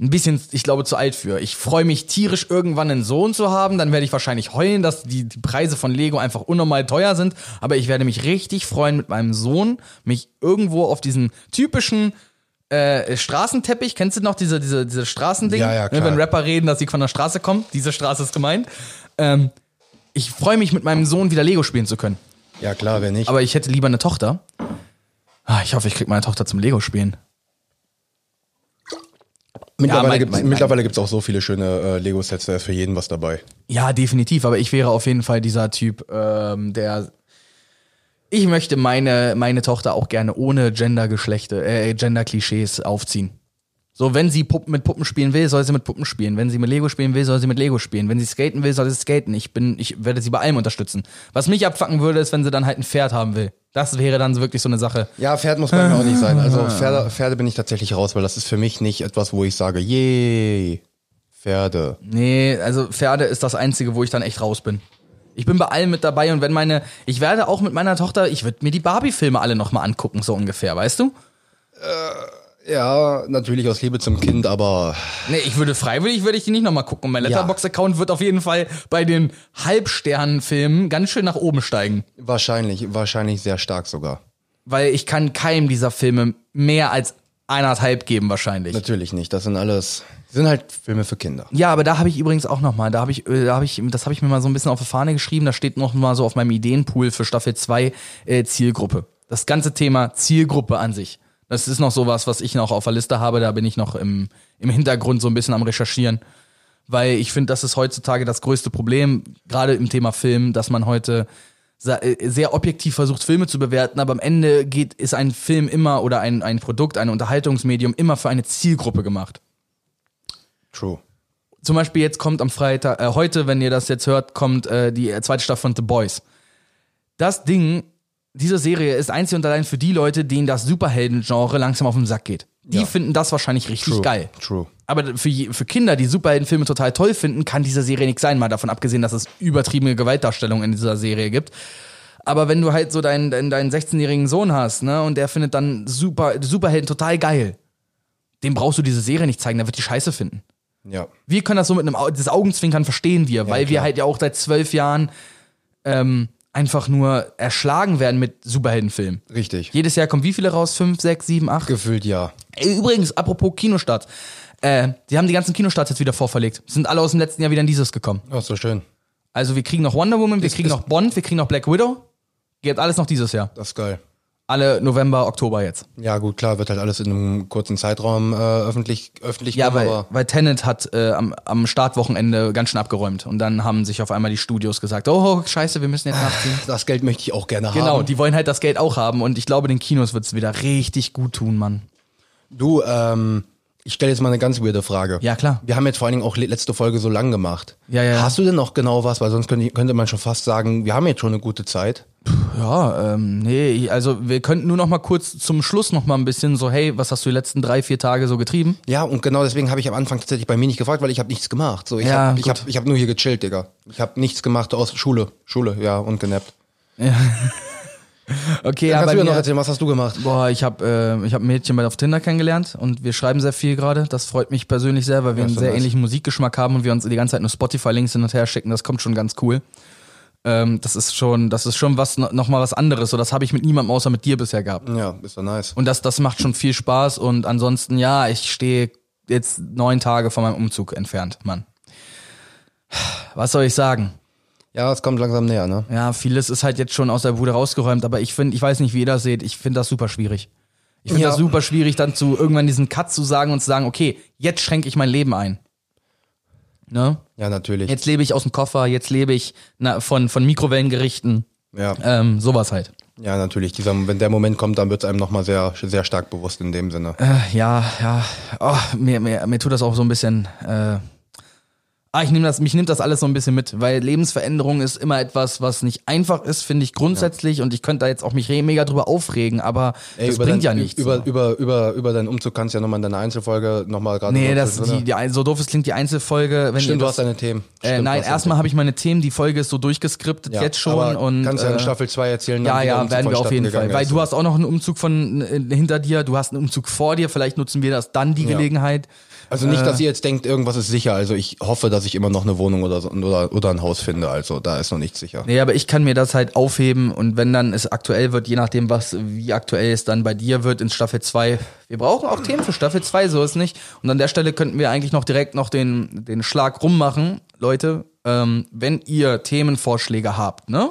ein bisschen, ich glaube, zu alt für. Ich freue mich tierisch, irgendwann einen Sohn zu haben. Dann werde ich wahrscheinlich heulen, dass die, die Preise von Lego einfach unnormal teuer sind. Aber ich werde mich richtig freuen, mit meinem Sohn mich irgendwo auf diesen typischen äh, Straßenteppich, kennst du noch diese, diese, diese Straßending? Ja, ja, Ne, klar. Wenn Rapper reden, dass sie von der Straße kommen, diese Straße ist gemeint. Ähm, ich freue mich, mit meinem Sohn wieder Lego spielen zu können. ja, klar, wer nicht. Aber ich hätte lieber eine Tochter. Ah, Ich hoffe, ich kriege meine Tochter zum Lego spielen. mittlerweile Ja, mein- gibt's, mein- mein- mittlerweile gibt's auch so viele schöne äh, Lego-Sets, da ist für jeden was dabei. Ja, definitiv. Aber ich wäre auf jeden Fall dieser Typ, ähm, der. Ich möchte meine, meine Tochter auch gerne ohne Gender-Geschlechte, äh, Gender-Klischees aufziehen. So, wenn sie Puppen, mit Puppen spielen will, soll sie mit Puppen spielen. Wenn sie mit Lego spielen will, soll sie mit Lego spielen. Wenn sie skaten will, soll sie skaten. Ich bin, ich werde sie bei allem unterstützen. Was mich abfacken würde, ist, wenn sie dann halt ein Pferd haben will. Das wäre dann wirklich so eine Sache. Ja, Pferd muss bei mir auch nicht sein. Ah. Also Pferde, Pferde bin ich tatsächlich raus, weil das ist für mich nicht etwas, wo ich sage, yay, Pferde. Nee, also Pferde ist das Einzige, wo ich dann echt raus bin. Ich bin bei allem mit dabei und wenn meine, ich werde auch mit meiner Tochter, ich würde mir die Barbie-Filme alle nochmal angucken, so ungefähr, weißt du? Ja, natürlich aus Liebe zum Kind, aber Nee, ich würde freiwillig, würde ich die nicht nochmal gucken. Und mein Letterbox-Account wird auf jeden Fall bei den Halbsternenfilmen ganz schön nach oben steigen. wahrscheinlich, wahrscheinlich sehr stark sogar. Weil ich kann keinem dieser Filme mehr als eineinhalb geben wahrscheinlich. Natürlich nicht. Das sind alles, sind halt Filme für Kinder. Ja, aber da habe ich übrigens auch nochmal, da habe ich, äh, da habe ich, das habe ich mir mal so ein bisschen auf die Fahne geschrieben, da steht nochmal so auf meinem Ideenpool für Staffel 2 äh, Zielgruppe. Das ganze Thema Zielgruppe an sich. Das ist noch sowas, was ich noch auf der Liste habe, da bin ich noch im, im Hintergrund so ein bisschen am Recherchieren. Weil ich finde, das ist heutzutage das größte Problem, gerade im Thema Film, dass man heute sa- äh, sehr objektiv versucht, Filme zu bewerten, aber am Ende geht, ist ein Film immer oder ein, ein Produkt, ein Unterhaltungsmedium immer für eine Zielgruppe gemacht True. zum Beispiel jetzt kommt am Freitag, äh, heute, wenn ihr das jetzt hört, kommt äh, die zweite Staffel von The Boys. Das Ding, diese Serie ist einzig und allein für die Leute, denen das Superhelden-Genre langsam auf den Sack geht. Die Ja. finden das wahrscheinlich richtig True. geil. True. Aber für, je- für Kinder, die Superheldenfilme total toll finden, kann diese Serie nichts sein, mal davon abgesehen, dass es übertriebene Gewaltdarstellungen in dieser Serie gibt. Aber wenn du halt so deinen, deinen, deinen 16-jährigen Sohn hast, ne, und der findet dann Super, Superhelden total geil, dem brauchst du diese Serie nicht zeigen, der wird die Scheiße finden Ja. wir können das so mit einem Au das Augenzwinkern verstehen wir, weil wir klar. halt ja auch seit zwölf Jahren ähm, einfach nur erschlagen werden mit Superheldenfilmen. Richtig. Jedes Jahr kommen wie viele raus? Fünf, sechs, sieben, acht? Gefühlt ja. Ey, Übrigens, apropos Kinostart. Äh, die haben die ganzen Kinostarts jetzt wieder vorverlegt. Sind alle aus dem letzten Jahr wieder in dieses gekommen. Ach, so schön. Also wir kriegen noch Wonder Woman, wir kriegen noch Bond, wir kriegen noch Black Widow. Geht alles noch dieses Jahr. Das ist geil. Alle November, Oktober jetzt. Ja, gut, klar, wird halt alles in einem kurzen Zeitraum äh, öffentlich, öffentlich Ja, kommen, weil, aber weil Tenet hat äh, am, am Startwochenende ganz schön abgeräumt. Und dann haben sich auf einmal die Studios gesagt, oh, scheiße, wir müssen jetzt nachziehen. das Geld möchte ich auch gerne Genau, haben. die wollen halt das Geld auch haben und ich glaube, den Kinos wird's wieder richtig gut tun, Mann. Du, ähm, ich stelle jetzt mal eine ganz weirde Frage. Ja, klar. Wir haben jetzt vor allen Dingen auch le- letzte Folge so lang gemacht. Ja, ja, ja. Hast du denn noch genau was? Weil sonst könnte, könnte man schon fast sagen, wir haben jetzt schon eine gute Zeit. Ja, ähm, nee, ich- also wir könnten nur noch mal kurz zum Schluss noch mal ein bisschen so, hey, was hast du die letzten drei, vier Tage so getrieben? Ja, und genau deswegen habe ich am Anfang tatsächlich bei mir nicht gefragt, weil ich habe nichts gemacht. So, ich Ja, habe ich gut. hab, ich hab nur hier gechillt, Digga. Ich habe nichts gemacht aus Schule. Schule, ja, und genappt. Okay, Ja, ja, Kannst bei du mir noch mir, erzählen, was hast du gemacht? boah, ich habe äh, ich hab ein Mädchen bei auf Tinder kennengelernt und wir schreiben sehr viel gerade. Das freut mich persönlich sehr, weil wir Ja, einen schon sehr nice. ähnlichen Musikgeschmack haben und wir uns die ganze Zeit nur Spotify-Links hin und her schicken. Das kommt schon ganz cool. Ähm, das ist schon, das ist schon was noch mal was anderes. So, das habe ich mit niemandem außer mit dir bisher gehabt. Ja, ist doch nice. Und das, das macht schon viel Spaß. Und ansonsten, ja, ich stehe jetzt neun Tage von meinem Umzug entfernt, Mann. Was soll ich sagen? Ja, es kommt langsam näher, ne? Ja, vieles ist halt jetzt schon aus der Bude rausgeräumt, aber ich finde, ich weiß nicht, wie ihr das seht, ich finde das super schwierig. Ich finde Ja. das super schwierig, dann zu irgendwann diesen Cut zu sagen und zu sagen, okay, jetzt schränke ich mein Leben ein. Ne? Ja, natürlich. Jetzt lebe ich aus dem Koffer, jetzt lebe ich na, von, von Mikrowellengerichten, Ja, ähm, sowas halt. ja, natürlich. Dieser, wenn der Moment kommt, dann wird es einem nochmal sehr, sehr stark bewusst in dem Sinne. Äh, ja, ja. Oh, mir, mir, mir tut das auch so ein bisschen. Äh, ah, ich nehme das, mich nimmt das alles so ein bisschen mit, weil Lebensveränderung ist immer etwas, was nicht einfach ist, finde ich grundsätzlich. Und ich könnte da jetzt auch mich re- mega drüber aufregen, aber Ey, das über bringt ja dein- nichts. Über, so. über, über, über deinen Umzug kannst du ja nochmal in deiner Einzelfolge nochmal gerade. Nee, so das, drin- die, die, ein- so doof es klingt, die Einzelfolge. Wenn Stimmt, du ihr hast das, deine Themen. äh, Stimmt, du nein, hast deine erstmal habe ich meine Themen, die Folge ist so durchgeskriptet Themen. jetzt schon. aber Und, kannst du ja in äh, Staffel 2 erzählen. Ja, dann, wie der ja, Umzug werden wir auf jeden vonstatten Fall. Weil gegangen ist. du hast auch noch einen Umzug von äh, hinter dir, du hast einen Umzug vor dir, vielleicht nutzen wir das dann die Gelegenheit. Also nicht, äh, dass ihr jetzt denkt, irgendwas ist sicher. Also ich hoffe, dass ich immer noch eine Wohnung oder, so, oder, oder ein Haus finde. Also da ist noch nichts sicher. Nee, aber ich kann mir das halt aufheben und wenn dann es aktuell wird, je nachdem, was wie aktuell es dann bei dir wird in Staffel 2. Wir brauchen auch Themen für Staffel 2, so ist nicht. Und an der Stelle könnten wir eigentlich noch direkt noch den, den Schlag rummachen. Leute, ähm, wenn ihr Themenvorschläge habt, ne?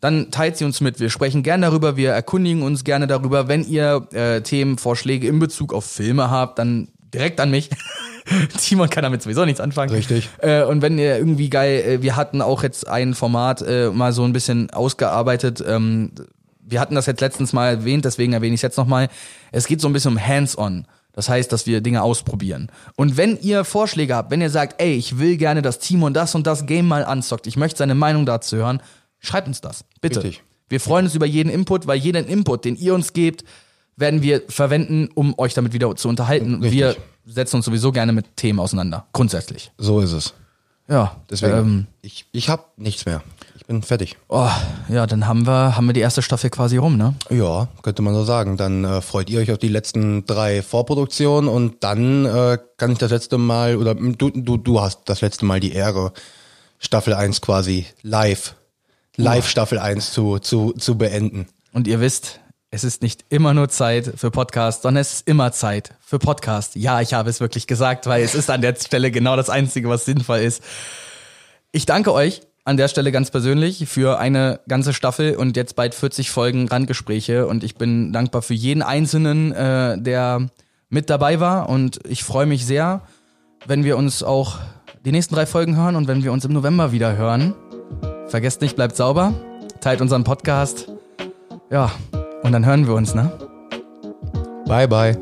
Dann teilt sie uns mit. Wir sprechen gern darüber, wir erkundigen uns gerne darüber. Wenn ihr äh, Themenvorschläge in Bezug auf Filme habt, dann direkt an mich. Timon kann damit sowieso nichts anfangen. Richtig. Äh, und wenn ihr irgendwie geil, äh, wir hatten auch jetzt ein Format äh, mal so ein bisschen ausgearbeitet. Ähm, wir hatten das jetzt letztens mal erwähnt, deswegen erwähne ich es jetzt nochmal. Es geht so ein bisschen um Hands-on. Das heißt, dass wir Dinge ausprobieren. Und wenn ihr Vorschläge habt, wenn ihr sagt, ey, ich will gerne, dass Timon das und das Game mal anzockt, ich möchte seine Meinung dazu hören, schreibt uns das. Bitte. Richtig. Wir freuen uns über jeden Input, weil jeden Input, den ihr uns gebt, werden wir verwenden, um euch damit wieder zu unterhalten. Richtig. Wir setzen uns sowieso gerne mit Themen auseinander. Grundsätzlich. So ist es. Ja. Deswegen, Ähm, ich, ich habe nichts mehr. Ich bin fertig. oh, ja, dann haben wir, haben wir die erste Staffel quasi rum, ne? Ja, könnte man so sagen. Dann äh, freut ihr euch auf die letzten drei Vorproduktionen und dann äh, kann ich das letzte Mal, oder mm, du, du, du hast das letzte Mal die Ehre, Staffel 1 quasi live, live Staffel 1 zu, zu, zu beenden. Und ihr wisst, es ist nicht immer nur Zeit für Podcast, sondern es ist immer Zeit für Podcast. Ja, ich habe es wirklich gesagt, weil es ist an der Stelle genau das Einzige, was sinnvoll ist. Ich danke euch an der Stelle ganz persönlich für eine ganze Staffel und jetzt bald 40 Folgen Randgespräche. Und ich bin dankbar für jeden Einzelnen, äh, der mit dabei war. Und ich freue mich sehr, wenn wir uns auch die nächsten drei Folgen hören und wenn wir uns im November wieder hören. Vergesst nicht, bleibt sauber, teilt unseren Podcast. Ja, und dann hören wir uns, ne? Bye, bye.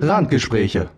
Landgespräche.